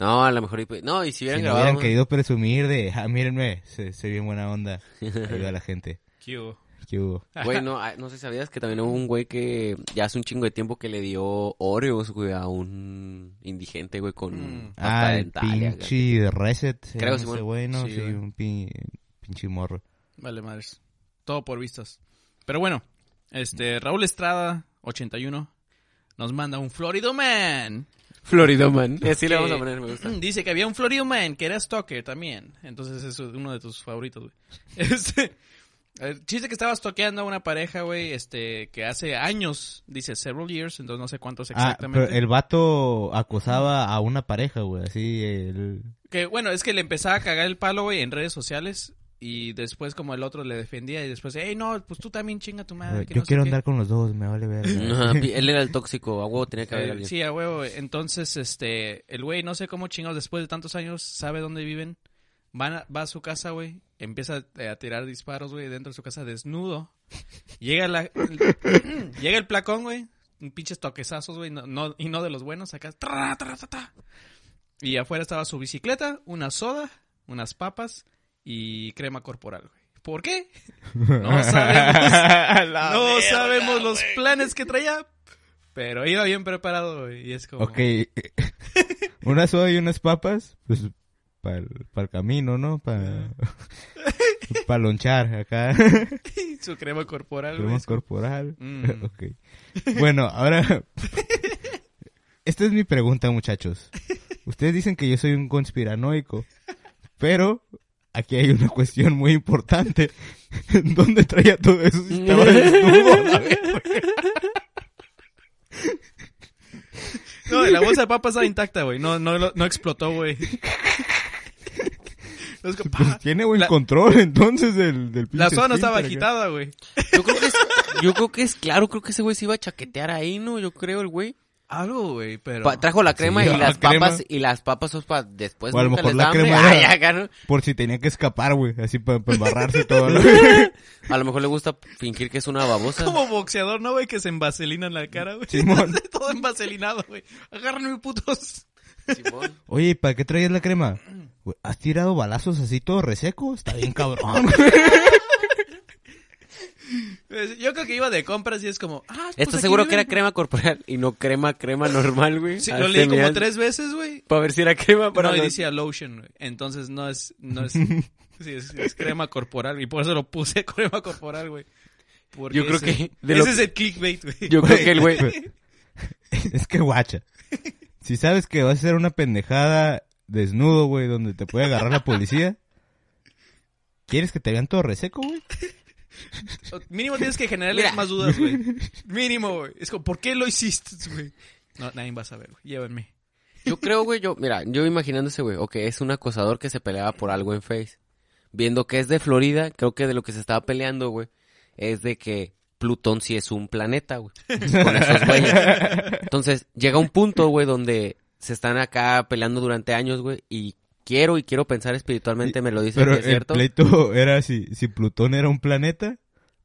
[SPEAKER 1] No, a lo mejor... y pues- No, y si hubieran
[SPEAKER 2] si no
[SPEAKER 1] Ah, grabado...
[SPEAKER 2] hubieran
[SPEAKER 1] ¿no?
[SPEAKER 2] querido presumir de, ah, mírenme, soy, soy bien buena onda. Ayuda a la gente.
[SPEAKER 3] ¿Qué hubo?
[SPEAKER 2] ¿Qué hubo?
[SPEAKER 1] Güey, no, ah, no sé si sabías que también hubo un güey que... Ya hace un chingo de tiempo que le dio Oreos, güey, a un indigente, güey, con...
[SPEAKER 3] Mm.
[SPEAKER 1] pasta
[SPEAKER 2] Ah, el
[SPEAKER 1] dental y acá.
[SPEAKER 2] pinche reset. se
[SPEAKER 1] Creo,
[SPEAKER 2] llama
[SPEAKER 1] Simón.
[SPEAKER 2] ese güey, ¿no?
[SPEAKER 3] Sí,
[SPEAKER 2] Sí,
[SPEAKER 3] güey.
[SPEAKER 2] un pin- pinche morro.
[SPEAKER 3] Vale, madres. Todo por vistas. Pero bueno, este, Raúl Estrada, 81, nos manda un Florido Man.
[SPEAKER 1] Floridoman. Así le
[SPEAKER 3] Que-
[SPEAKER 1] vamos a poner, me gusta.
[SPEAKER 3] Eh, Dice que había un Florido Man que era Stalker también. Entonces es uno de tus favoritos, güey. Este. El chiste que estaba stalkeando a una pareja, güey, este, que hace años, dice several years, entonces no sé cuántos
[SPEAKER 2] Ah,
[SPEAKER 3] exactamente.
[SPEAKER 2] pero el vato acosaba a una pareja, güey, así el...
[SPEAKER 3] Que bueno, es que le empezaba a cagar el palo, güey, en redes sociales. Y después, como el otro le defendía, y después, hey, no, pues tú también chinga a tu madre. que
[SPEAKER 2] Yo
[SPEAKER 3] no sé
[SPEAKER 2] quiero
[SPEAKER 3] qué".
[SPEAKER 2] andar con los dos, me vale ver.
[SPEAKER 1] No, pi- él era el tóxico, a huevo tenía que haber
[SPEAKER 3] Eh,
[SPEAKER 1] alguien.
[SPEAKER 3] sí, a huevo. güey. Entonces, este, el güey, no sé cómo chingados, después de tantos años, sabe dónde viven. Van a- va a su casa, güey. Empieza eh, a tirar disparos, güey, dentro de su casa desnudo. Llega la, llega el placón, güey. Un pinches toquezazos, güey. no- no- y no de los buenos, acá. tra, tra, tra, tra. Y afuera estaba su bicicleta, una soda, unas papas y crema corporal, güey. ¿Por qué? No sabemos. no sabemos los planes que traía, pero iba bien preparado, güey. Y es como.
[SPEAKER 2] Ok, una soda y unas papas, pues para el, camino, ¿no? Para lonchar acá,
[SPEAKER 3] Su crema corporal, güey.
[SPEAKER 2] crema corporal.
[SPEAKER 3] Mm.
[SPEAKER 2] Ok. Bueno, ahora... Esta es mi pregunta, muchachos. Ustedes dicen que yo soy un conspiranoico, pero aquí hay una cuestión muy importante. ¿Dónde traía todo eso si estaba desnudo? A ver, güey.
[SPEAKER 3] No, la bolsa de papa está intacta, güey. No, no, lo- no explotó, güey. Los que-
[SPEAKER 2] Pues tiene buen
[SPEAKER 3] La-
[SPEAKER 2] control entonces del, del
[SPEAKER 3] La
[SPEAKER 2] pinche
[SPEAKER 3] zona estaba
[SPEAKER 2] esfínter acá.
[SPEAKER 3] agitada, güey.
[SPEAKER 1] Yo creo que es, yo creo que es claro, creo que ese güey se iba a chaquetear ahí, ¿no? Yo creo el güey.
[SPEAKER 3] Algo, güey, pero...
[SPEAKER 1] Pa- trajo la crema
[SPEAKER 2] Sí,
[SPEAKER 1] y
[SPEAKER 2] la
[SPEAKER 1] las
[SPEAKER 2] crema.
[SPEAKER 1] papas y las papas son para después.
[SPEAKER 2] O a lo
[SPEAKER 1] nunca
[SPEAKER 2] mejor
[SPEAKER 1] les
[SPEAKER 2] la
[SPEAKER 1] da hambre.
[SPEAKER 2] crema era-
[SPEAKER 1] Ay, acá, ¿no?
[SPEAKER 2] Por si tenía que escapar, güey, así para embarrarse y todo. ¿no?
[SPEAKER 1] A lo mejor le gusta fingir que es una babosa.
[SPEAKER 3] Como boxeador, ¿no, güey? Que se envaselina en la cara, güey.
[SPEAKER 2] Simón.
[SPEAKER 3] Todo envaselinado, güey. Agárrenme, putos. Pues
[SPEAKER 1] Simón.
[SPEAKER 2] Oye, ¿y ¿para qué traías la crema? Güey, ¿Has tirado balazos así todo reseco? Está bien cabrón.
[SPEAKER 3] Pues, Yo creo que iba de compras y es como... Ah, pues
[SPEAKER 1] Está
[SPEAKER 3] aquí
[SPEAKER 1] seguro que
[SPEAKER 3] viven.
[SPEAKER 1] era crema corporal y no crema, crema normal, güey. Ah,
[SPEAKER 3] Sí,
[SPEAKER 2] Ah,
[SPEAKER 3] lo leí como
[SPEAKER 1] Genial.
[SPEAKER 3] tres veces, güey.
[SPEAKER 1] Para ver si era crema para
[SPEAKER 3] No, y
[SPEAKER 1] los-
[SPEAKER 3] decía lotion, güey. Entonces no es... No es sí, es, es crema corporal. Y por eso lo puse crema corporal, güey. Porque
[SPEAKER 1] Yo creo
[SPEAKER 3] ese-
[SPEAKER 1] que de
[SPEAKER 3] Ese
[SPEAKER 1] lo-
[SPEAKER 3] es el clickbait, güey.
[SPEAKER 1] Yo creo que el güey...
[SPEAKER 2] es que guacha. Si sabes que vas a hacer una pendejada desnudo, güey, donde te puede agarrar la policía. ¿Quieres que te vean todo reseco, güey?
[SPEAKER 3] O- Mínimo tienes que generarle
[SPEAKER 1] Mira.
[SPEAKER 3] más dudas, güey. Mínimo, güey. Es como, ¿por qué lo hiciste, güey? No, nadie va a saber, güey. Llévenme.
[SPEAKER 1] Yo creo, güey, yo... Mira, yo imaginándose, güey, ok, es un acosador que se peleaba por algo en Face. Viendo que es de Florida, creo que de lo que se estaba peleando, güey, es de que Plutón sí es un planeta, güey. Con esos güeyes. Entonces, llega un punto, güey, donde se están acá peleando durante años, güey, y quiero y quiero pensar espiritualmente, me lo dicen,
[SPEAKER 2] Pero
[SPEAKER 1] que es
[SPEAKER 2] el
[SPEAKER 1] cierto.
[SPEAKER 2] pleito era si, si Plutón era un planeta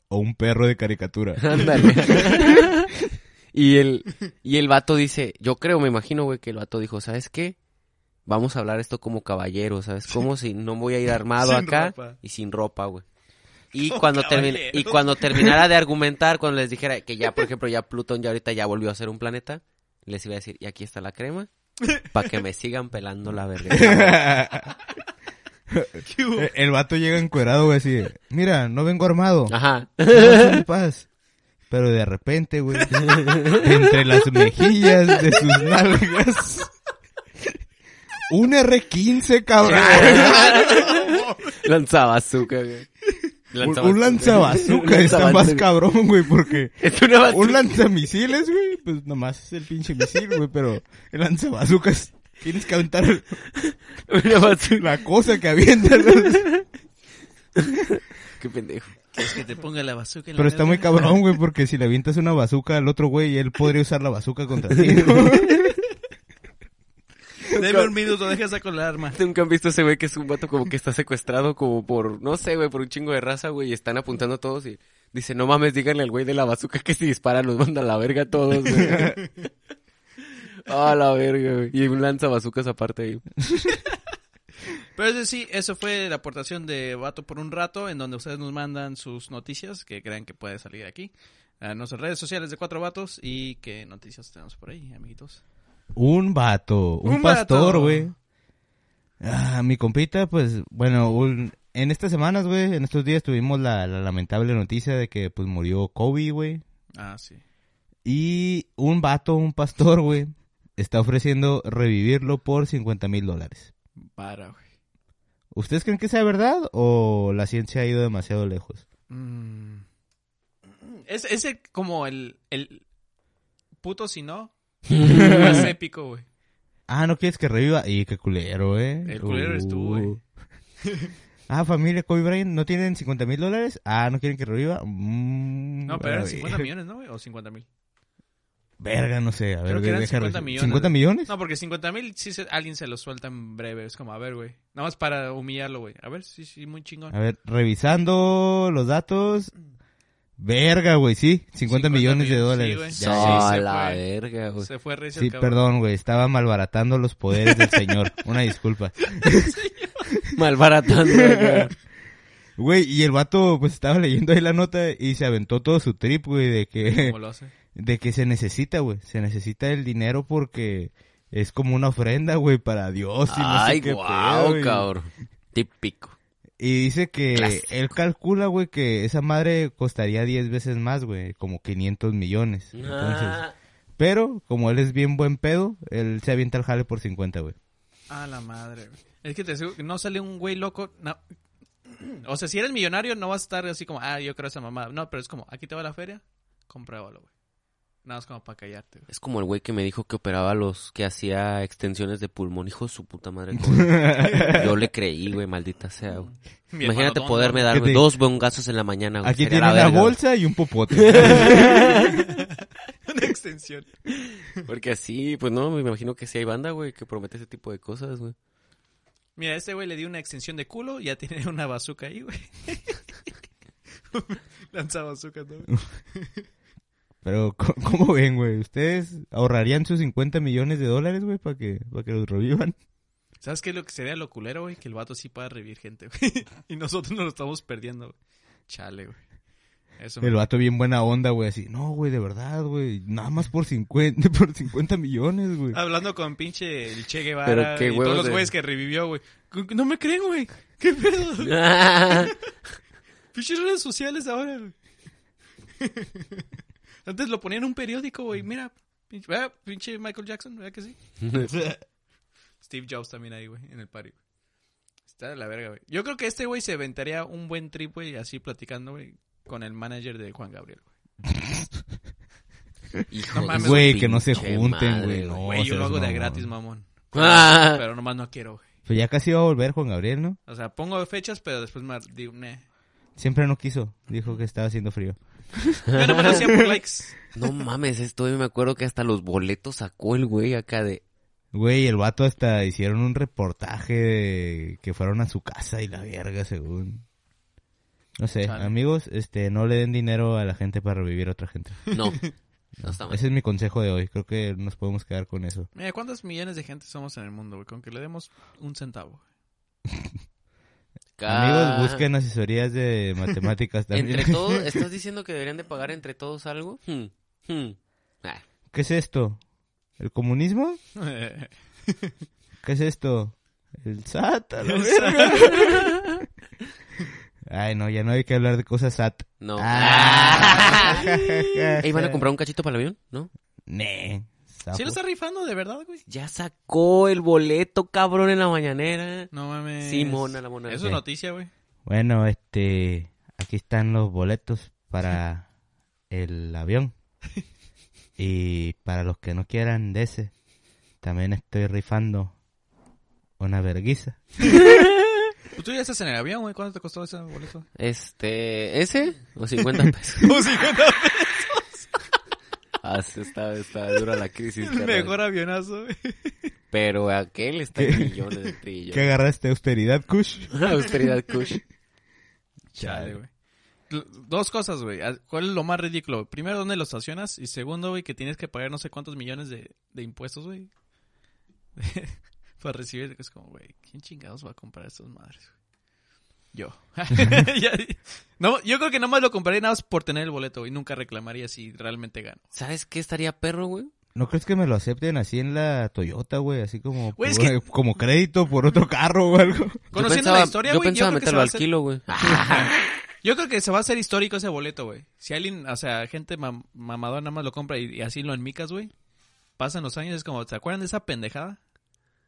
[SPEAKER 2] o un perro de caricatura.
[SPEAKER 1] Ándale. y el y el vato dice, yo creo, me imagino, güey, que el vato dijo, ¿sabes qué? Vamos a hablar esto como caballeros, ¿sabes? Como si no voy a ir armado
[SPEAKER 3] Sin
[SPEAKER 1] acá
[SPEAKER 3] ropa.
[SPEAKER 1] y sin ropa, güey. Y
[SPEAKER 3] Como
[SPEAKER 1] cuando, termi-
[SPEAKER 3] caballeros.
[SPEAKER 1] y cuando terminara de argumentar, cuando les dijera que ya, por ejemplo, ya Plutón ya ahorita ya volvió a ser un planeta, les iba a decir, y aquí está la crema, para que me sigan pelando la verga.
[SPEAKER 3] ¿Qué hubo?
[SPEAKER 2] El vato llega encuerado, güey, así de, mira, no vengo armado.
[SPEAKER 1] Ajá.
[SPEAKER 2] Déjame en paz. Pero de repente, güey, entre las mejillas de sus nalgas, un R15, cabrón.
[SPEAKER 1] Lanzaba azúcar, güey.
[SPEAKER 2] Un,
[SPEAKER 1] Lanzabazooka.
[SPEAKER 2] un lanzabazuca está más
[SPEAKER 1] Lanzabazooka.
[SPEAKER 2] cabrón, güey, porque
[SPEAKER 1] Es una bazooka.
[SPEAKER 2] un lanzamisiles, güey, pues nomás es el pinche misil, güey, pero el lanzabazuca es- tienes que aventar el-
[SPEAKER 1] Una basura.
[SPEAKER 2] la cosa que avienta. ¿no?
[SPEAKER 1] Qué pendejo.
[SPEAKER 3] ¿Quieres que te ponga la bazooka en la
[SPEAKER 2] Pero está
[SPEAKER 3] verga?
[SPEAKER 2] muy cabrón, güey, porque si le avientas una bazuca al otro güey, él podría usar la bazuca contra ti. ¿no?
[SPEAKER 3] Deme un minuto, deja saco el arma.
[SPEAKER 1] Nunca han visto ese güey que es un vato como que está secuestrado como por, no sé, güey, por un chingo de raza, güey, y están apuntando a todos y dice, no mames, díganle al güey de la bazooka que si dispara nos manda a la verga a todos, güey. A la verga, güey. Y un lanza bazucas aparte ahí.
[SPEAKER 3] Pero eso sí, eso fue la aportación de Vato por un rato, en donde ustedes nos mandan sus noticias que crean que puede salir aquí. A nuestras redes sociales de Cuatro Vatos y qué noticias tenemos por ahí, amiguitos.
[SPEAKER 2] Un vato, un,
[SPEAKER 3] Un
[SPEAKER 2] pastor,
[SPEAKER 3] vato.
[SPEAKER 2] güey. Ah, mi compita, pues, bueno, un- en estas semanas, güey, en estos días tuvimos la, la lamentable noticia de que, pues, murió Kobe, güey.
[SPEAKER 3] Ah, sí.
[SPEAKER 2] Y un vato, un pastor, güey, está ofreciendo revivirlo por 50 mil dólares.
[SPEAKER 3] Para, güey.
[SPEAKER 2] ¿Ustedes creen que sea verdad o la ciencia ha ido demasiado lejos?
[SPEAKER 3] Mm. Es, es el- como el, el puto si no más épico, güey.
[SPEAKER 2] Ah, ¿no quieres que reviva? Y qué culero, eh. Uh.
[SPEAKER 3] El culero eres tú, güey.
[SPEAKER 2] Ah, familia Kobe Bryant, ¿no tienen 50 mil dólares? Ah, ¿no quieren que reviva? Mm,
[SPEAKER 3] No, pero
[SPEAKER 2] a
[SPEAKER 3] eran
[SPEAKER 2] ver.
[SPEAKER 3] 50 millones, ¿no, güey? O 50 mil.
[SPEAKER 2] Verga, no sé. A ver,
[SPEAKER 3] Creo que eran
[SPEAKER 2] deja-
[SPEAKER 3] 50 millones.
[SPEAKER 2] ¿cincuenta millones?
[SPEAKER 3] No, porque 50 mil sí se- alguien se los suelta en breve. Es como, a ver, güey. Nada más para humillarlo, güey. A ver, sí, sí, muy chingón.
[SPEAKER 2] A ver, revisando los datos. Verga, güey, sí. 50, millones de
[SPEAKER 3] millones,
[SPEAKER 2] dólares.
[SPEAKER 3] sí,
[SPEAKER 2] Ya,
[SPEAKER 3] güey.
[SPEAKER 2] sí.
[SPEAKER 1] a
[SPEAKER 3] se
[SPEAKER 1] la
[SPEAKER 3] fue.
[SPEAKER 1] verga, güey.
[SPEAKER 3] Se fue recio
[SPEAKER 2] Sí,
[SPEAKER 3] el cabrón.
[SPEAKER 2] perdón, güey. Estaba malbaratando los poderes del señor. Una disculpa.
[SPEAKER 1] Malbaratando, güey.
[SPEAKER 2] Güey, y el vato, pues estaba leyendo ahí la nota y se aventó todo su trip, güey, de que,
[SPEAKER 3] ¿Cómo lo hace?
[SPEAKER 2] de que se necesita, güey. Se necesita el dinero porque es como una ofrenda, güey, para Dios. Y no sé
[SPEAKER 1] Ay,
[SPEAKER 2] qué
[SPEAKER 1] guau,
[SPEAKER 2] pedo, güey.
[SPEAKER 1] cabrón. Típico.
[SPEAKER 2] Y dice que
[SPEAKER 1] Clásico.
[SPEAKER 2] él calcula, güey, que esa madre costaría 10 veces más, güey, como 500 millones. Entonces,
[SPEAKER 1] Ah,
[SPEAKER 2] pero como él es bien buen pedo, él se avienta el jale por 50, güey.
[SPEAKER 3] A la madre, güey. Es que te digo, no sale un güey loco. no. O sea, si eres millonario, no vas a estar así como, ah, yo creo esa mamada. No, pero es como, aquí te va la feria, compruébalo, güey. Nada más como para callarte, güey.
[SPEAKER 1] Es como el güey que me dijo que operaba los que hacía extensiones de pulmón, hijo de su puta madre. güey. Yo le creí, güey, maldita sea. güey.
[SPEAKER 3] Mi hermano
[SPEAKER 1] Imagínate
[SPEAKER 3] Don,
[SPEAKER 1] poderme
[SPEAKER 3] Don.
[SPEAKER 1] dar
[SPEAKER 2] ¿Qué
[SPEAKER 1] güey,
[SPEAKER 2] te-
[SPEAKER 1] dos bongazos en la mañana, güey.
[SPEAKER 2] Aquí
[SPEAKER 1] Sería
[SPEAKER 2] tiene
[SPEAKER 1] la
[SPEAKER 2] una
[SPEAKER 1] verga, güey.
[SPEAKER 2] bolsa y un popote.
[SPEAKER 3] Una extensión.
[SPEAKER 1] Porque así, pues no, me imagino que sí hay banda, güey, que promete ese tipo de cosas, güey.
[SPEAKER 3] Mira, a este güey le dio una extensión de culo, ya tiene una bazooka ahí, güey. Lanza bazooka, ¿no?
[SPEAKER 2] Pero, ¿cómo- ¿cómo ven, güey? ¿Ustedes ahorrarían sus 50 millones de dólares, güey, para que, para que los revivan?
[SPEAKER 3] ¿Sabes qué es lo que sería lo culero, güey? Que el vato sí pueda revivir gente, güey. Y nosotros nos lo estamos perdiendo, güey. Chale, güey. Eso me-
[SPEAKER 2] El vato bien buena onda, güey, así. No, güey, de verdad, güey. Nada más por 50, por 50 millones, güey.
[SPEAKER 3] Hablando con pinche el Che
[SPEAKER 1] Pero
[SPEAKER 3] Guevara
[SPEAKER 1] qué
[SPEAKER 3] y
[SPEAKER 1] huevos
[SPEAKER 3] todos los
[SPEAKER 1] de-
[SPEAKER 3] güeyes que revivió, güey. No me creen, güey. ¿Qué pedo? Pinches Pues redes sociales ahora, güey. Antes lo ponían en un periódico, güey. Mira, pinche, vea, pinche Michael Jackson, ¿verdad que sí? Steve Jobs también ahí, güey, en el party. güey. Está de la verga, güey. Yo creo que este güey se aventaría un buen trip, güey, así platicando, güey, con el manager de Juan Gabriel, güey.
[SPEAKER 1] Hijo
[SPEAKER 3] No
[SPEAKER 1] de
[SPEAKER 3] mames,
[SPEAKER 1] su
[SPEAKER 2] güey, que no se
[SPEAKER 1] pinche
[SPEAKER 2] junten,
[SPEAKER 1] madre,
[SPEAKER 2] güey, no.
[SPEAKER 3] Güey, yo
[SPEAKER 2] seas
[SPEAKER 3] lo hago de
[SPEAKER 2] mamón.
[SPEAKER 3] gratis, mamón.
[SPEAKER 1] Ah.
[SPEAKER 3] Pero nomás no quiero, güey.
[SPEAKER 2] Pero Pues ya casi va a volver Juan Gabriel, ¿no?
[SPEAKER 3] O sea, pongo fechas, pero después me digo, "Neh".
[SPEAKER 2] Siempre no quiso. Dijo que estaba haciendo frío.
[SPEAKER 3] Yo no me lo hacía por likes.
[SPEAKER 1] No mames, esto yo me acuerdo que hasta los boletos sacó el güey acá de...
[SPEAKER 2] Güey, el vato hasta hicieron un reportaje de que fueron a su casa y la verga, según. No sé,
[SPEAKER 3] Chale.
[SPEAKER 2] amigos, este, no le den dinero a la gente para revivir a otra gente.
[SPEAKER 1] No, no está mal.
[SPEAKER 2] Ese es mi consejo de hoy. Creo que nos podemos quedar con eso.
[SPEAKER 3] Mira, ¿cuántos millones de gente somos en el mundo, güey? Con que le demos un centavo.
[SPEAKER 1] Ca-
[SPEAKER 2] Amigos, busquen asesorías de matemáticas también.
[SPEAKER 1] Ah. Entre todos, ¿estás diciendo que deberían de pagar entre todos algo? Hmm, hmm. Ah,
[SPEAKER 2] ¿Qué es esto? ¿El comunismo? ¿Qué es esto? ¿El SAT? a la verga. Ay, no, ya no hay que hablar de cosas SAT.
[SPEAKER 1] no.
[SPEAKER 2] Ah.
[SPEAKER 1] Ey, ¿Van a comprar un cachito para el avión? ¿No?
[SPEAKER 2] Nee.
[SPEAKER 3] ¿Sí lo está rifando de verdad, güey?
[SPEAKER 1] Ya sacó el boleto, cabrón, en la mañanera.
[SPEAKER 3] No mames.
[SPEAKER 1] Sí, mona, la mona.
[SPEAKER 3] Eso
[SPEAKER 2] Sí.
[SPEAKER 3] es noticia, güey.
[SPEAKER 2] Bueno, este, aquí están los boletos para el avión. Y para los que no quieran de ese, también estoy rifando una verguiza.
[SPEAKER 3] Pues tú ya estás en el avión, güey. ¿Cuánto te costó ese boleto?
[SPEAKER 1] Este, ¿ese? ¿O 50 pesos? Ah, sí, está, está dura la crisis.
[SPEAKER 3] El
[SPEAKER 1] carnal.
[SPEAKER 3] mejor avionazo, güey.
[SPEAKER 1] Pero aquel está en millones de
[SPEAKER 2] ¿Qué
[SPEAKER 1] trillones.
[SPEAKER 2] agarraste? ¿Austeridad, Kush?
[SPEAKER 1] Austeridad Kush.
[SPEAKER 3] Chale, güey. L- Dos cosas, güey. Ah, ¿Cuál es lo más ridículo? Primero, ¿dónde lo estacionas? Y segundo, güey, que tienes que pagar no sé cuántos millones de, de impuestos, güey. Para recibir. Es como, güey, ¿quién chingados va a comprar estas madres, güey? Yo. Ya- no, yo creo que nomás lo compraría nada más por tener el boleto, güey. Nunca reclamaría si realmente gano.
[SPEAKER 1] ¿Sabes qué estaría perro, güey?
[SPEAKER 2] ¿No crees que me lo acepten así en la Toyota, güey? Así como,
[SPEAKER 3] Güey, es
[SPEAKER 2] por- como crédito por otro carro o algo.
[SPEAKER 3] Conociendo
[SPEAKER 1] yo pensaba,
[SPEAKER 3] la historia,
[SPEAKER 1] yo
[SPEAKER 3] güey, yo,
[SPEAKER 1] pensaba
[SPEAKER 3] creo que se
[SPEAKER 1] meterlo
[SPEAKER 3] va a
[SPEAKER 1] al
[SPEAKER 3] hacer-
[SPEAKER 1] kilo, güey.
[SPEAKER 3] yo creo que se va a hacer histórico ese boleto, güey. Si alguien, o sea, gente mam- mamadora nada más lo compra y, y así lo enmicas, güey. Pasan los años, es como, ¿se acuerdan de esa pendejada?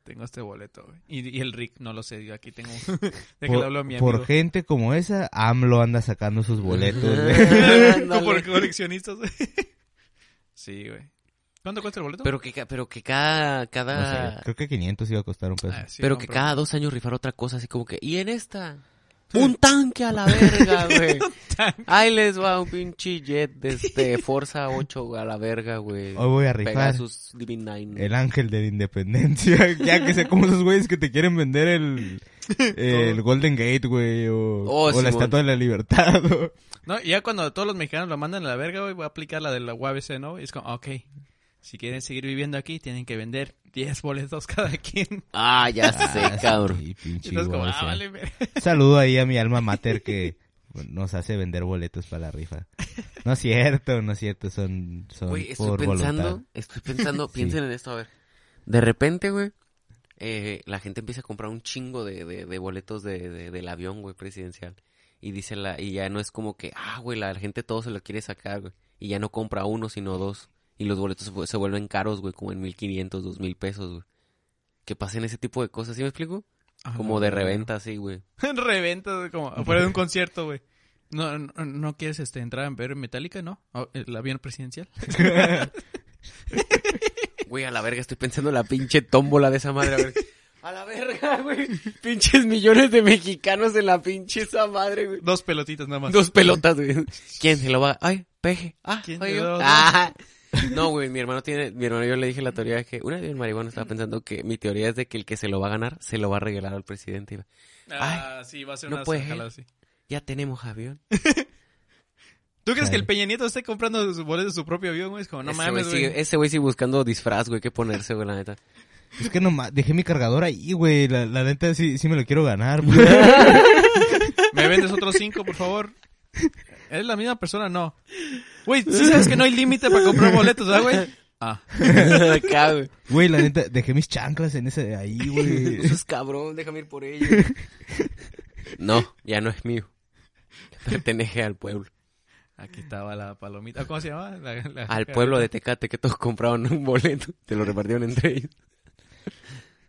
[SPEAKER 3] Tengo este boleto, güey. Y, y el Rick, no lo sé, yo aquí tengo. de que le hablo a mi
[SPEAKER 2] Por, por
[SPEAKER 3] amigo.
[SPEAKER 2] gente como esa, AMLO anda sacando sus boletos. güey.
[SPEAKER 1] Ándale.
[SPEAKER 3] Como por coleccionistas, güey. sí, güey. ¿Cuánto cuesta el boleto?
[SPEAKER 1] Pero que, ca- pero que cada,
[SPEAKER 2] No sé,
[SPEAKER 1] cada,
[SPEAKER 2] creo que 500 iba a costar un peso.
[SPEAKER 3] Ah, sí,
[SPEAKER 1] pero que
[SPEAKER 3] compro.
[SPEAKER 1] cada dos años rifar otra cosa, así como que, y en esta, un tanque a la verga, güey. Ahí les va un pinche jet de este Forza 8 a la verga, güey.
[SPEAKER 2] Hoy voy a rifar
[SPEAKER 1] Pegasus Living Nine.
[SPEAKER 2] el ángel de la independencia. ya que sé como esos güeyes que te quieren vender el, el Golden Gate, güey, o,
[SPEAKER 1] Oh,
[SPEAKER 2] o la
[SPEAKER 1] Simón.
[SPEAKER 2] Estatua de la Libertad. o-
[SPEAKER 3] No, y ya cuando todos los mexicanos lo mandan a la verga, güey, voy a aplicar la de la UABC, ¿no? Y es como, ok, si quieren seguir viviendo aquí, tienen que vender 10 boletos cada quien.
[SPEAKER 1] Ah, ya
[SPEAKER 2] Ah,
[SPEAKER 1] sé,
[SPEAKER 2] sí,
[SPEAKER 1] cabrón.
[SPEAKER 2] pinche
[SPEAKER 3] Entonces, como,
[SPEAKER 2] güey,
[SPEAKER 3] ah,
[SPEAKER 2] sí.
[SPEAKER 3] vale, ver-
[SPEAKER 2] Saludo ahí a mi alma mater que nos hace vender boletos para la rifa. No es cierto, no es cierto, son, son
[SPEAKER 1] Güey, estoy
[SPEAKER 2] por
[SPEAKER 1] pensando,
[SPEAKER 2] voluntad.
[SPEAKER 1] estoy pensando,
[SPEAKER 2] Sí.
[SPEAKER 1] piensen en esto, a ver. De repente, güey, eh, la gente empieza a comprar un chingo de, de, de boletos de, de- del avión, güey, presidencial. Y dice la, y ya no es como que, ah, güey, la, la gente todo se lo quiere sacar, güey. Y ya no compra uno, sino dos. Y los boletos se, vu- se vuelven caros, güey, como en 1500, 2000 pesos, güey. que pasen ese tipo de cosas, ¿sí me explico?
[SPEAKER 3] Ah,
[SPEAKER 1] Como
[SPEAKER 3] no,
[SPEAKER 1] de
[SPEAKER 3] no,
[SPEAKER 1] reventa, así, güey.
[SPEAKER 3] no. reventa, güey, como afuera de un concierto, güey. No, no, no quieres este, entrar a ver Metallica, ¿no? O ¿El avión presidencial?
[SPEAKER 1] Güey, a la verga, estoy pensando en la pinche tómbola de esa madre. A, ver. a la verga, güey. Pinches millones de mexicanos en la pinche esa madre, güey.
[SPEAKER 3] Dos pelotitas nada más.
[SPEAKER 1] Dos pelotas, güey. ¿Quién se lo va a... Ay, peje. Ah,
[SPEAKER 3] ¿Quién
[SPEAKER 1] soy
[SPEAKER 3] te
[SPEAKER 1] yo.
[SPEAKER 3] lo da?
[SPEAKER 1] Ah. No, güey, mi hermano tiene... Mi hermano yo le dije la teoría de que... Una vez el marihuana estaba pensando que mi teoría es de que el que se lo va a ganar, se lo va a regalar al presidente. Y va,
[SPEAKER 3] Ah, sí, va a ser
[SPEAKER 1] no
[SPEAKER 3] una
[SPEAKER 1] puede ser.
[SPEAKER 3] jalada así.
[SPEAKER 1] Ya tenemos avión.
[SPEAKER 3] ¿Tú crees que
[SPEAKER 2] Claro.
[SPEAKER 3] el Peña Nieto esté comprando sus boletos de su propio avión, güey? Es como, no
[SPEAKER 1] ese
[SPEAKER 3] mames,
[SPEAKER 1] Este güey.
[SPEAKER 3] güey.
[SPEAKER 1] sigue- Ese güey sí buscando disfraz, güey, que ponerse, güey, la neta.
[SPEAKER 2] Pues Es que nomás dejé mi cargador ahí, güey. La, la neta sí, sí me lo quiero ganar, güey.
[SPEAKER 3] ¿Me vendes otros cinco, por favor? ¿Eres la misma persona? No. Güey, ¿sí sabes que no hay límite para comprar boletos, ¿verdad, güey? Ah.
[SPEAKER 1] Acá, güey.
[SPEAKER 2] Güey, la neta, dejé mis chanclas en ese de ahí, güey.
[SPEAKER 1] No seas cabrón, déjame ir por ello. No, ya no es mío. Pertenece al pueblo.
[SPEAKER 3] Aquí estaba la palomita. Ah, ¿Cómo se llama? La- la-
[SPEAKER 1] Al pueblo de Tecate que todos compraron un boleto. Te lo repartieron entre ellos.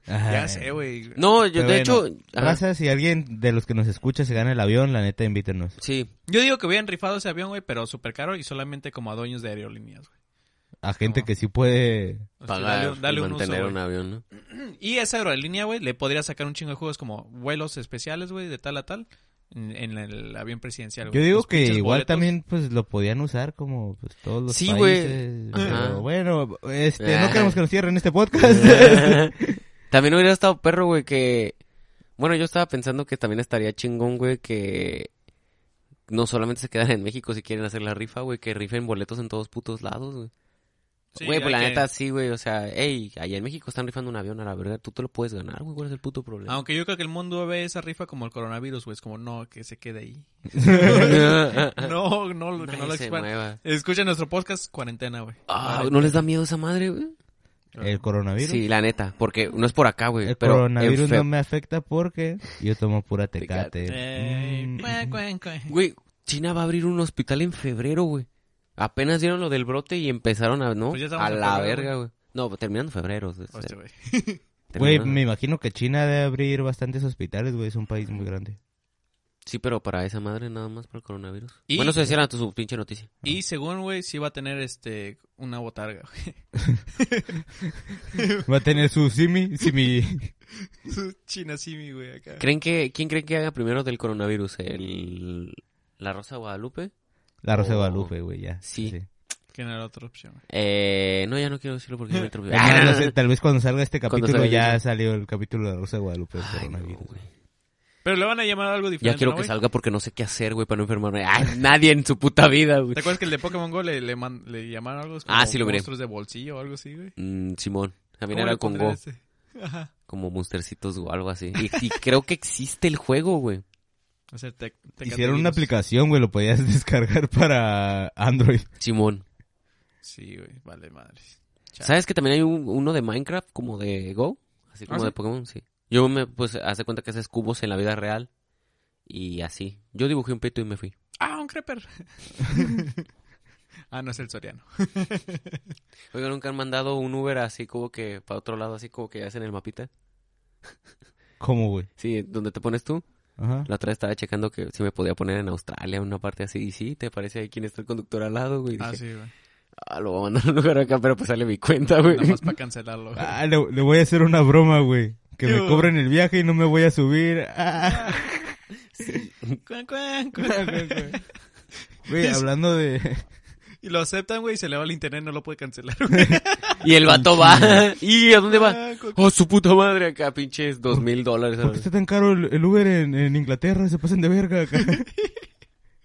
[SPEAKER 2] Ajá.
[SPEAKER 3] Ya sé, güey.
[SPEAKER 1] No, yo de
[SPEAKER 2] Pero bueno,
[SPEAKER 1] hecho... ajá,
[SPEAKER 2] Raza, si alguien de los que nos escucha se gana el avión, la neta, invítenos.
[SPEAKER 1] sí,
[SPEAKER 3] Yo digo que hubieran rifado ese avión, güey, pero súper caro y solamente como a dueños de aerolíneas, güey.
[SPEAKER 2] A gente
[SPEAKER 3] No.
[SPEAKER 2] que sí puede...
[SPEAKER 3] O sea,
[SPEAKER 1] pagar
[SPEAKER 3] dale- dale
[SPEAKER 1] y
[SPEAKER 3] un uso,
[SPEAKER 1] mantener
[SPEAKER 3] güey.
[SPEAKER 1] un avión, ¿no?
[SPEAKER 3] Y esa aerolínea, güey, le podría sacar un chingo de juegos como vuelos especiales, güey, de tal a tal, en, en el avión presidencial. güey.
[SPEAKER 2] Yo digo
[SPEAKER 3] Los
[SPEAKER 2] que
[SPEAKER 3] pinches
[SPEAKER 2] igual
[SPEAKER 3] boletos.
[SPEAKER 2] también pues lo podían usar como pues, todos los
[SPEAKER 1] Sí, güey.
[SPEAKER 2] países.
[SPEAKER 1] Ajá.
[SPEAKER 2] Pero bueno, este,
[SPEAKER 1] Ah.
[SPEAKER 2] no queremos que nos cierren este podcast.
[SPEAKER 1] También hubiera estado perro, güey, que... Bueno, yo estaba pensando que también estaría chingón, güey, que... No solamente se quedan en México si quieren hacer la rifa, güey, que rifen boletos en todos putos lados, güey.
[SPEAKER 3] Sí,
[SPEAKER 1] Güey, pues
[SPEAKER 3] hay
[SPEAKER 1] la
[SPEAKER 3] que-
[SPEAKER 1] neta sí, güey, o sea, ey, allá en México están rifando un avión, a la verdad, tú te lo puedes ganar, güey, ¿cuál es el puto problema?
[SPEAKER 3] Aunque yo creo que el mundo ve esa rifa como el coronavirus, güey, es como, no, que se quede ahí. No, no, lo- que no
[SPEAKER 1] Nadie
[SPEAKER 3] lo
[SPEAKER 1] se
[SPEAKER 3] expan-
[SPEAKER 1] mueva.
[SPEAKER 3] Escucha nuestro podcast, cuarentena, güey.
[SPEAKER 1] Ah, ¿no les da miedo esa madre, güey?
[SPEAKER 2] El coronavirus.
[SPEAKER 1] Sí, la neta, porque no es por acá, güey,
[SPEAKER 2] El
[SPEAKER 1] pero
[SPEAKER 2] coronavirus
[SPEAKER 1] en fe-
[SPEAKER 2] no me afecta porque yo tomo pura tecate.
[SPEAKER 3] Ey,
[SPEAKER 2] Eh, Mm.
[SPEAKER 3] cuen, cuen, cuen.
[SPEAKER 1] Güey, China va a abrir un hospital en febrero, güey. Apenas dieron lo del brote y empezaron a, ¿no?
[SPEAKER 3] Pues ya estamos
[SPEAKER 1] a
[SPEAKER 3] en
[SPEAKER 1] la
[SPEAKER 3] febrero,
[SPEAKER 1] verga, güey. No, pues, terminando febrero. o sea,
[SPEAKER 3] Hostia, güey.
[SPEAKER 2] Güey,
[SPEAKER 1] terminando-
[SPEAKER 2] me imagino que China debe abrir bastantes hospitales, güey. Es un país muy grande.
[SPEAKER 1] Sí, pero para esa madre nada más para el coronavirus.
[SPEAKER 3] Y-
[SPEAKER 1] Bueno, eso decía la- tu pinche noticia.
[SPEAKER 3] Y según, güey, sí va a tener, este, una botarga, güey.
[SPEAKER 2] Va a tener su simi, simi...
[SPEAKER 3] China Simi, güey, acá.
[SPEAKER 1] ¿Creen que, ¿Quién creen que haga primero del coronavirus? ¿El, ¿La Rosa de Guadalupe?
[SPEAKER 2] La Rosa de
[SPEAKER 1] Oh.
[SPEAKER 2] Guadalupe, güey, ya.
[SPEAKER 1] Sí.
[SPEAKER 3] Que no era otra opción, güey.
[SPEAKER 1] Eh, no, ya no quiero decirlo porque ya me atropelló.
[SPEAKER 2] Ah, no sé, tal vez cuando salga este
[SPEAKER 1] Cuando
[SPEAKER 2] capítulo
[SPEAKER 1] salga
[SPEAKER 2] ya
[SPEAKER 1] el-
[SPEAKER 2] salió el capítulo de la Rosa de Guadalupe. del
[SPEAKER 1] Ay, no,
[SPEAKER 2] Pues, coronavirus.
[SPEAKER 1] güey.
[SPEAKER 3] Pero le van a llamar algo
[SPEAKER 1] Ya
[SPEAKER 3] diferente,
[SPEAKER 1] quiero
[SPEAKER 3] ¿no,
[SPEAKER 1] que
[SPEAKER 3] güey?
[SPEAKER 1] salga porque no sé qué hacer, güey, para no enfermarme. Ay, nadie en su puta vida, güey.
[SPEAKER 3] ¿Te acuerdas que el de Pokémon GO le, le, man- le llamaron algo?
[SPEAKER 1] Ah, sí lo miré.
[SPEAKER 3] Monstruos de bolsillo o algo así, güey.
[SPEAKER 1] Mm, Simón, también
[SPEAKER 3] ¿Cómo
[SPEAKER 1] era
[SPEAKER 3] le este?
[SPEAKER 1] con
[SPEAKER 3] pondrían
[SPEAKER 1] Go,
[SPEAKER 3] ese? Ajá.
[SPEAKER 1] como monstercitos o algo así. Y, y creo que existe el juego, güey.
[SPEAKER 3] O sea, te, te
[SPEAKER 2] Hicieron una
[SPEAKER 3] categorizo.
[SPEAKER 2] aplicación, güey, lo podías descargar para Android.
[SPEAKER 1] Simón.
[SPEAKER 3] Sí, güey, vale, madres. Chale.
[SPEAKER 1] ¿Sabes que también hay un- uno de Minecraft, como de Go? Así
[SPEAKER 3] ¿Ah,
[SPEAKER 1] como
[SPEAKER 3] sí?
[SPEAKER 1] de Pokémon, sí. Yo me, pues, hace cuenta que haces cubos en la vida real. Y así. Yo dibujé un pito y me fui.
[SPEAKER 3] Ah, un creeper. ah, no es el Soriano.
[SPEAKER 1] Oiga, nunca han mandado un Uber así como que para otro lado, así como que ya hacen el mapita.
[SPEAKER 2] ¿Cómo, güey?
[SPEAKER 1] Sí, donde te pones tú.
[SPEAKER 2] Ajá.
[SPEAKER 1] La otra vez estaba checando que si me podía poner en Australia, una parte así. Y sí, te parece ahí quién está el conductor al lado, güey. Y
[SPEAKER 3] Ah,
[SPEAKER 1] dije,
[SPEAKER 3] sí, güey.
[SPEAKER 1] ah, lo voy a mandar a un lugar acá, pero pues sale mi cuenta, güey.
[SPEAKER 3] Nada más para cancelarlo. güey.
[SPEAKER 2] Ah, le, le voy a hacer una broma, güey. Que me
[SPEAKER 3] Yo.
[SPEAKER 2] cobren el viaje y no me voy a subir. Ah.
[SPEAKER 3] Cuan, cuan, cuan.
[SPEAKER 2] Güey, hablando de...
[SPEAKER 3] y lo aceptan, güey, y se le va el internet, no lo puede cancelar, güey.
[SPEAKER 1] Y el vato va. ¿Y a dónde va?
[SPEAKER 3] Ah, cuan, cuan.
[SPEAKER 1] Oh, su puta madre acá, pinches dos mil dólares.
[SPEAKER 2] ¿Por qué está tan caro el, el Uber en, en Inglaterra? Se pasan de verga acá.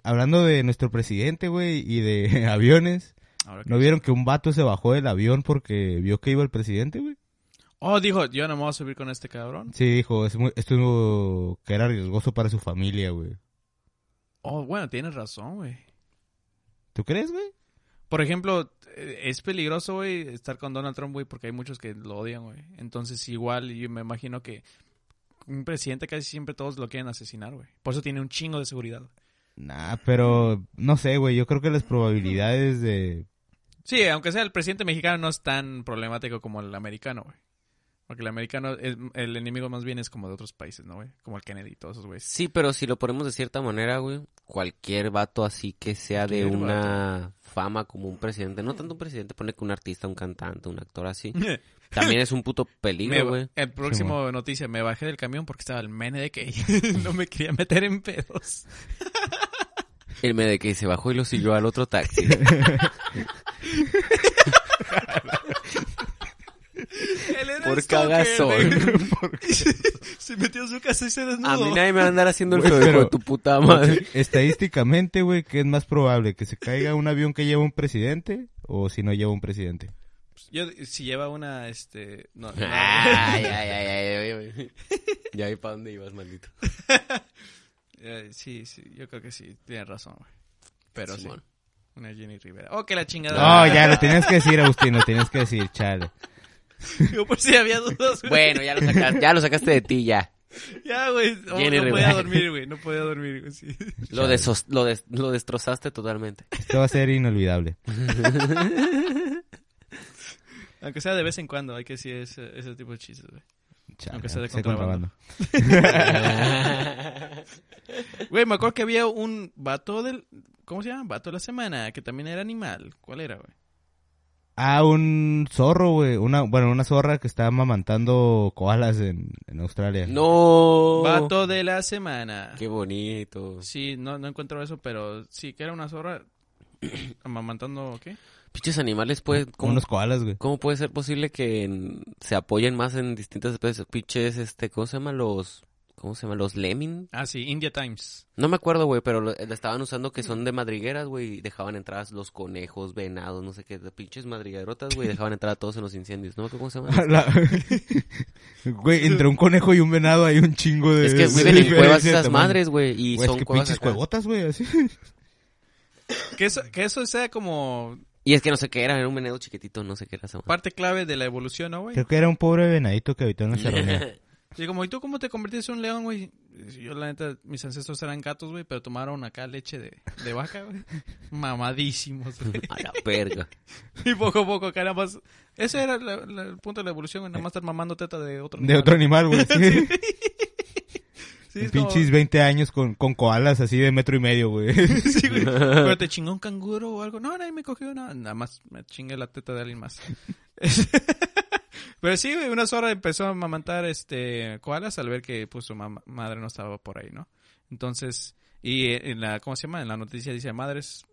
[SPEAKER 2] hablando de nuestro presidente, güey, y de aviones.
[SPEAKER 3] Ahora que-
[SPEAKER 2] ¿No vieron que un vato se bajó del avión porque vio que iba el presidente, güey?
[SPEAKER 3] Oh, dijo, yo no me voy a subir con este cabrón.
[SPEAKER 2] Sí, dijo, es muy, esto es muy- que era riesgoso para su familia, güey.
[SPEAKER 3] Oh, bueno, tienes razón, güey.
[SPEAKER 2] ¿Tú crees, güey?
[SPEAKER 3] Por ejemplo, eh, es peligroso, güey, estar con Donald Trump, güey, porque hay muchos que lo odian, güey. Entonces, igual, yo me imagino que un presidente casi siempre todos lo quieren asesinar, güey. Por eso tiene un chingo de seguridad.
[SPEAKER 2] Nah, pero no sé, güey. Yo creo que las probabilidades de.
[SPEAKER 3] Sí, aunque sea el presidente mexicano no es tan problemático como el americano, güey. Porque el americano, es- el enemigo más bien es como de otros países, ¿no, güey? Como el Kennedy y todos esos güeyes.
[SPEAKER 1] Sí, pero si lo ponemos de cierta manera, güey, cualquier vato así que sea de
[SPEAKER 3] Cualquier
[SPEAKER 1] una fama como un presidente, no tanto un presidente, pone que un artista, un cantante, un actor así, también es un puto
[SPEAKER 3] Me
[SPEAKER 1] peligro,
[SPEAKER 3] ba-
[SPEAKER 1] güey.
[SPEAKER 3] el próximo noticia, me bajé del camión porque estaba el mene de que no me quería meter en pedos.
[SPEAKER 1] El me de que se bajó y lo siguió al otro taxi.
[SPEAKER 3] Él era
[SPEAKER 1] Por
[SPEAKER 3] el stalker,
[SPEAKER 1] cagazón.
[SPEAKER 3] güey. se metió a su casa y se desnudó.
[SPEAKER 1] A mí nadie me va a andar haciendo el
[SPEAKER 2] Güey,
[SPEAKER 1] feo
[SPEAKER 2] pero-
[SPEAKER 1] de tu puta madre.
[SPEAKER 2] Estadísticamente, güey, ¿qué es más probable? ¿Que se caiga un avión que lleva un presidente o si no lleva un presidente?
[SPEAKER 3] Yo, si lleva una, este... No, no.
[SPEAKER 1] Ay, ay, ay, ay, ay, ay. Ya vi para dónde ibas, maldito.
[SPEAKER 3] Eh, sí, sí, yo creo que sí, tienes razón, güey. Pero sí,
[SPEAKER 1] Simón.
[SPEAKER 3] una Jenny Rivera. Oh, que la chingada.
[SPEAKER 2] No, ya lo tenías que decir, Agustín, lo tenías que decir, chale.
[SPEAKER 3] Yo por si había dudas, güey.
[SPEAKER 1] Bueno, ya lo, sacaste, ya lo sacaste de ti, ya.
[SPEAKER 3] Ya, güey. Oh,
[SPEAKER 1] Jenny
[SPEAKER 3] no podía
[SPEAKER 1] Rivera.
[SPEAKER 3] dormir, güey. No podía dormir, güey. Sí.
[SPEAKER 1] Lo, desos- lo, des- lo destrozaste totalmente.
[SPEAKER 2] Esto va a ser inolvidable.
[SPEAKER 3] Aunque sea de vez en cuando, hay que decir ese, ese tipo de chistes, güey.
[SPEAKER 2] Chale,
[SPEAKER 3] Aunque sea de
[SPEAKER 2] sea
[SPEAKER 3] contrabando. Güey, me acuerdo que había un vato del. ¿Cómo se llama? Vato de la semana, que también era animal. ¿Cuál era, güey?
[SPEAKER 2] Ah, un zorro, güey. Una, bueno, una zorra que está amamantando koalas en, en Australia.
[SPEAKER 1] No.
[SPEAKER 3] Vato de la semana.
[SPEAKER 1] Oh. Qué bonito.
[SPEAKER 3] Sí, no, no encuentro eso, pero sí, que era una zorra amamantando, ¿qué?
[SPEAKER 1] Pinches animales, pues,
[SPEAKER 2] Como
[SPEAKER 1] ¿cómo,
[SPEAKER 2] unos koalas, güey.
[SPEAKER 1] cómo puede ser posible que en- se apoyen más en distintas especies? Pinches, este, ¿cómo se llama? Los, ¿cómo se llama? Los lemming.
[SPEAKER 3] Ah, sí, India Times.
[SPEAKER 1] No me acuerdo, güey, pero lo, lo estaban usando que son de madrigueras, güey, y dejaban entrar a los conejos, venados, no sé qué, de pinches madriguerotas, güey, dejaban entrar a todos en los incendios, ¿no? ¿Cómo se llama?
[SPEAKER 2] La- Güey, entre un conejo y un venado hay un chingo de.
[SPEAKER 1] Es que
[SPEAKER 2] de
[SPEAKER 1] viven en cuevas
[SPEAKER 2] diferencia de
[SPEAKER 1] esas
[SPEAKER 2] tamaño.
[SPEAKER 1] madres, güey, y
[SPEAKER 2] Güey, es
[SPEAKER 1] son
[SPEAKER 2] que
[SPEAKER 1] cuevas
[SPEAKER 2] pinches
[SPEAKER 1] acá.
[SPEAKER 2] cuevotas, güey, así.
[SPEAKER 3] Que eso, que eso sea como
[SPEAKER 1] Y es que no sé qué era, era un venado chiquitito, no sé qué era esa madre.
[SPEAKER 3] parte clave de la evolución, ¿no, güey?
[SPEAKER 2] Creo que era un pobre venadito que habitó en la serranía.
[SPEAKER 3] Sí, como, ¿y tú cómo te convertiste en un león, güey? Yo, la neta, mis ancestros eran gatos, güey, pero tomaron acá leche de, de vaca, güey. Mamadísimos, güey.
[SPEAKER 1] A la verga.
[SPEAKER 3] Y poco a poco acá nada más... Ese era la- la- el punto de la evolución, güey, nada más estar mamando teta de otro
[SPEAKER 2] De otro animal, güey. sí.
[SPEAKER 3] Sí, es como-
[SPEAKER 2] Pinches 20 años con, con koalas así de metro y medio, güey.
[SPEAKER 3] Sí, güey. Pero te chingó un canguro o algo. No, nadie me cogió nada. Nada más me chingué la teta de alguien más. Pero sí, güey, una zorra empezó a mamantar este koalas al ver que pues su mam- madre no estaba por ahí, ¿no? Entonces, y eh, en la, ¿cómo se llama? En la noticia dice madres.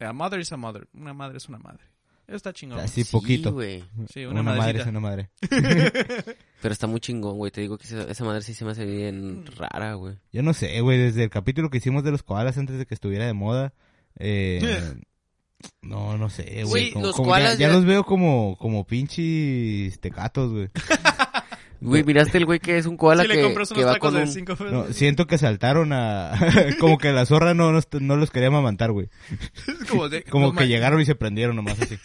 [SPEAKER 3] A mother is a mother. Una madre es una madre. Eso está chingón.
[SPEAKER 2] Así poquito.
[SPEAKER 1] güey.
[SPEAKER 3] Sí, una,
[SPEAKER 2] Una madre es
[SPEAKER 3] madrecita.
[SPEAKER 2] una madre.
[SPEAKER 1] Pero está muy chingón, güey. Te digo que esa, esa madre sí se me hace
[SPEAKER 3] Mm.
[SPEAKER 1] bien rara, güey.
[SPEAKER 2] Yo no sé, güey, desde el capítulo que hicimos de los koalas antes de que estuviera de moda. Eh, no, no sé, güey.
[SPEAKER 1] Güey,
[SPEAKER 2] como-
[SPEAKER 1] los
[SPEAKER 2] como
[SPEAKER 1] koalas
[SPEAKER 2] ya, ya
[SPEAKER 1] ya-
[SPEAKER 2] los veo como, como pinches tecatos, güey.
[SPEAKER 1] Güey, miraste el güey que es un koala
[SPEAKER 3] Si le
[SPEAKER 1] que,
[SPEAKER 3] compras
[SPEAKER 1] que
[SPEAKER 3] unos
[SPEAKER 1] va
[SPEAKER 3] tacos
[SPEAKER 1] con
[SPEAKER 3] de
[SPEAKER 1] un...
[SPEAKER 3] cinco pesos.
[SPEAKER 2] No, siento que saltaron a... como que la zorra no, no, est- no los quería mamantar, güey.
[SPEAKER 3] como de-
[SPEAKER 2] Como
[SPEAKER 3] no
[SPEAKER 2] que
[SPEAKER 3] ma-
[SPEAKER 2] llegaron y se prendieron nomás así.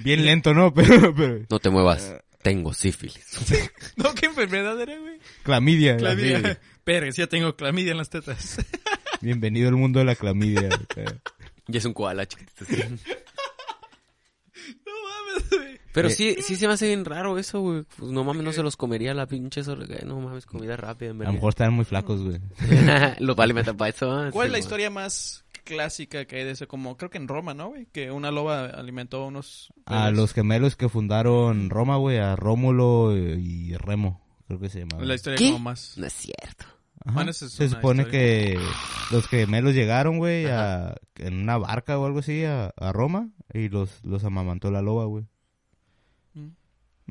[SPEAKER 2] Bien lento, ¿no? Pero, pero...
[SPEAKER 1] No te
[SPEAKER 3] Ah.
[SPEAKER 1] muevas. Tengo sífilis.
[SPEAKER 3] No, qué enfermedad era, güey.
[SPEAKER 2] Clamidia. así,
[SPEAKER 3] Clamidia. Pero ya tengo clamidia en las tetas.
[SPEAKER 2] Bienvenido al mundo de la clamidia. Eh,
[SPEAKER 1] Y es un koala, chiquitito.
[SPEAKER 3] No mames, güey.
[SPEAKER 1] Pero
[SPEAKER 2] Eh.
[SPEAKER 1] sí, sí se me hace bien raro eso, güey. Pues no mames, no se los comería la pinche zorra. güey. No mames, comida rápida, en
[SPEAKER 2] A lo
[SPEAKER 1] verdad.
[SPEAKER 2] mejor están muy flacos, güey.
[SPEAKER 1] Lo vale, me tapa eso. ah,
[SPEAKER 3] ¿Cuál es la
[SPEAKER 1] sí,
[SPEAKER 3] historia más clásica que hay de eso? Como creo que en Roma, ¿no, güey? Que una loba alimentó a unos...
[SPEAKER 2] A
[SPEAKER 3] bebés.
[SPEAKER 2] los gemelos que fundaron Roma, güey, a Rómulo y Remo, creo que se llamaba.
[SPEAKER 3] La historia
[SPEAKER 1] ¿Qué?
[SPEAKER 3] como más...
[SPEAKER 1] güey. No es cierto.
[SPEAKER 3] Bueno, esa es
[SPEAKER 2] se
[SPEAKER 3] una
[SPEAKER 2] supone
[SPEAKER 3] historia.
[SPEAKER 2] que los gemelos llegaron, güey, a, en una barca o algo así a, a Roma y los, los amamantó la loba, güey.
[SPEAKER 3] Mm.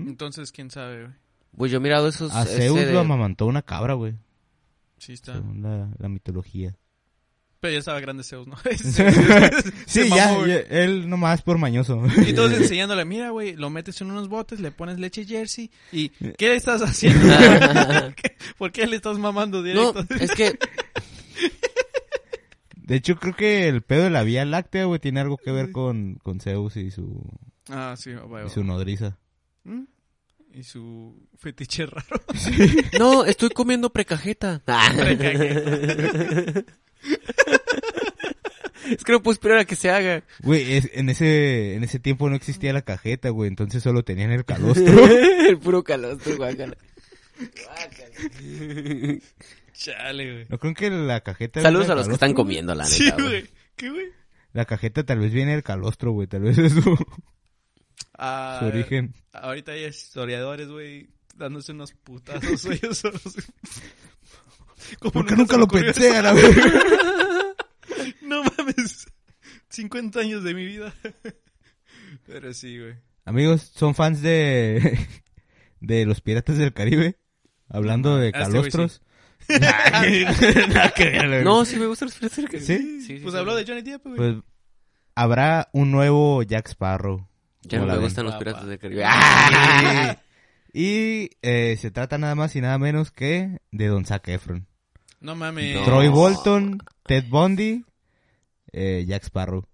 [SPEAKER 3] Entonces, quién sabe, güey.
[SPEAKER 1] Pues yo he mirado esos...
[SPEAKER 2] A
[SPEAKER 1] ese
[SPEAKER 2] Zeus
[SPEAKER 1] de-
[SPEAKER 2] lo amamantó una cabra, güey,
[SPEAKER 3] Sí está.
[SPEAKER 2] según la, la mitología.
[SPEAKER 3] Pero ya estaba grande Zeus, ¿no?
[SPEAKER 2] Sí,
[SPEAKER 3] sí,
[SPEAKER 2] ya, ya, él nomás por mañoso.
[SPEAKER 3] Y todos enseñándole, mira, güey, lo metes en unos botes, le pones leche jersey y... ¿Qué le estás haciendo? ¿Por qué le estás mamando
[SPEAKER 1] No,
[SPEAKER 3] directo?
[SPEAKER 1] es que...
[SPEAKER 2] De hecho, creo que el pedo de la Vía Láctea, güey, tiene algo que ver con, con Zeus y su,
[SPEAKER 3] Ah, sí, güey.
[SPEAKER 2] y su nodriza.
[SPEAKER 3] ¿Mm? Y su fetiche raro.
[SPEAKER 1] No, estoy comiendo precajeta. Ah. Es que no puedo esperar a que se haga.
[SPEAKER 2] Güey, es- en, ese, en ese tiempo no existía la cajeta, güey. Entonces solo tenían el calostro.
[SPEAKER 1] El puro calostro, guácala. Guácala.
[SPEAKER 3] Chale, güey.
[SPEAKER 2] No creo que la cajeta.
[SPEAKER 1] Saludos
[SPEAKER 2] era
[SPEAKER 1] a los
[SPEAKER 2] el
[SPEAKER 1] que
[SPEAKER 2] calostro.
[SPEAKER 1] están comiendo, la neta,
[SPEAKER 3] Sí,
[SPEAKER 1] güey.
[SPEAKER 3] güey. ¿Qué, güey?
[SPEAKER 2] La cajeta tal vez viene del calostro, güey. Tal vez es su,
[SPEAKER 3] Ah,
[SPEAKER 2] su origen.
[SPEAKER 3] Ahorita hay historiadores, güey, dándose unos putazos ellos solos. ¿Cómo
[SPEAKER 2] ¿Por qué
[SPEAKER 3] se
[SPEAKER 2] nunca
[SPEAKER 3] me
[SPEAKER 2] lo
[SPEAKER 3] ocurrió
[SPEAKER 2] pensé a la vez?
[SPEAKER 3] eso? No mames. 50 años de mi vida. Pero sí, güey.
[SPEAKER 2] Amigos, son fans de. de los piratas del Caribe. Hablando de
[SPEAKER 3] Ah, este güey
[SPEAKER 2] calostros. Nada que ver, güey.
[SPEAKER 1] No, sí me gusta los frijoles.
[SPEAKER 2] Eh, ¿Sí?
[SPEAKER 1] sí,
[SPEAKER 3] Pues
[SPEAKER 1] sí,
[SPEAKER 3] habló
[SPEAKER 1] sí.
[SPEAKER 3] de Johnny Depp, güey.
[SPEAKER 2] Pues habrá un nuevo Jack Sparrow.
[SPEAKER 1] Ya no
[SPEAKER 2] Como la
[SPEAKER 1] me
[SPEAKER 2] ven.
[SPEAKER 1] gustan los
[SPEAKER 3] Papá.
[SPEAKER 1] piratas del Caribe. ¡Ah!
[SPEAKER 2] Y eh, se trata nada más y nada menos que de Don Zac Efron.
[SPEAKER 3] No mames.
[SPEAKER 1] No.
[SPEAKER 2] Troy Bolton, Ted Bundy, eh, Jack Sparrow.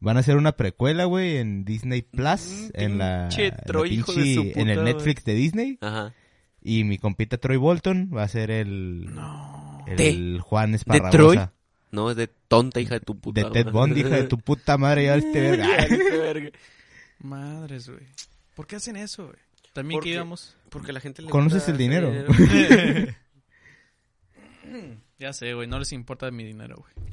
[SPEAKER 2] Van a hacer una precuela, güey, en Disney Plus,
[SPEAKER 3] Mm,
[SPEAKER 2] en la,
[SPEAKER 3] pinche
[SPEAKER 2] en la
[SPEAKER 3] Troy, hijo de su puta
[SPEAKER 2] en el
[SPEAKER 3] madre.
[SPEAKER 2] Netflix de Disney.
[SPEAKER 1] Ajá.
[SPEAKER 2] Y mi compita Troy Bolton va a ser el,
[SPEAKER 3] No.
[SPEAKER 2] el
[SPEAKER 1] De-
[SPEAKER 2] Juan Esparragosa.
[SPEAKER 1] Troy, No, es de tonta hija de tu puta
[SPEAKER 2] De Ted
[SPEAKER 1] madre.
[SPEAKER 2] Bundy, hija de tu puta madre, ya este verga.
[SPEAKER 1] Ya, vete verga.
[SPEAKER 3] Madres, güey. ¿Por qué hacen eso, güey? También
[SPEAKER 1] ¿Por
[SPEAKER 3] que
[SPEAKER 1] qué?
[SPEAKER 3] íbamos.
[SPEAKER 1] Porque la gente le
[SPEAKER 2] ¿Conoces
[SPEAKER 1] gusta
[SPEAKER 2] el dinero?
[SPEAKER 3] ya sé, güey. No les importa mi dinero, güey.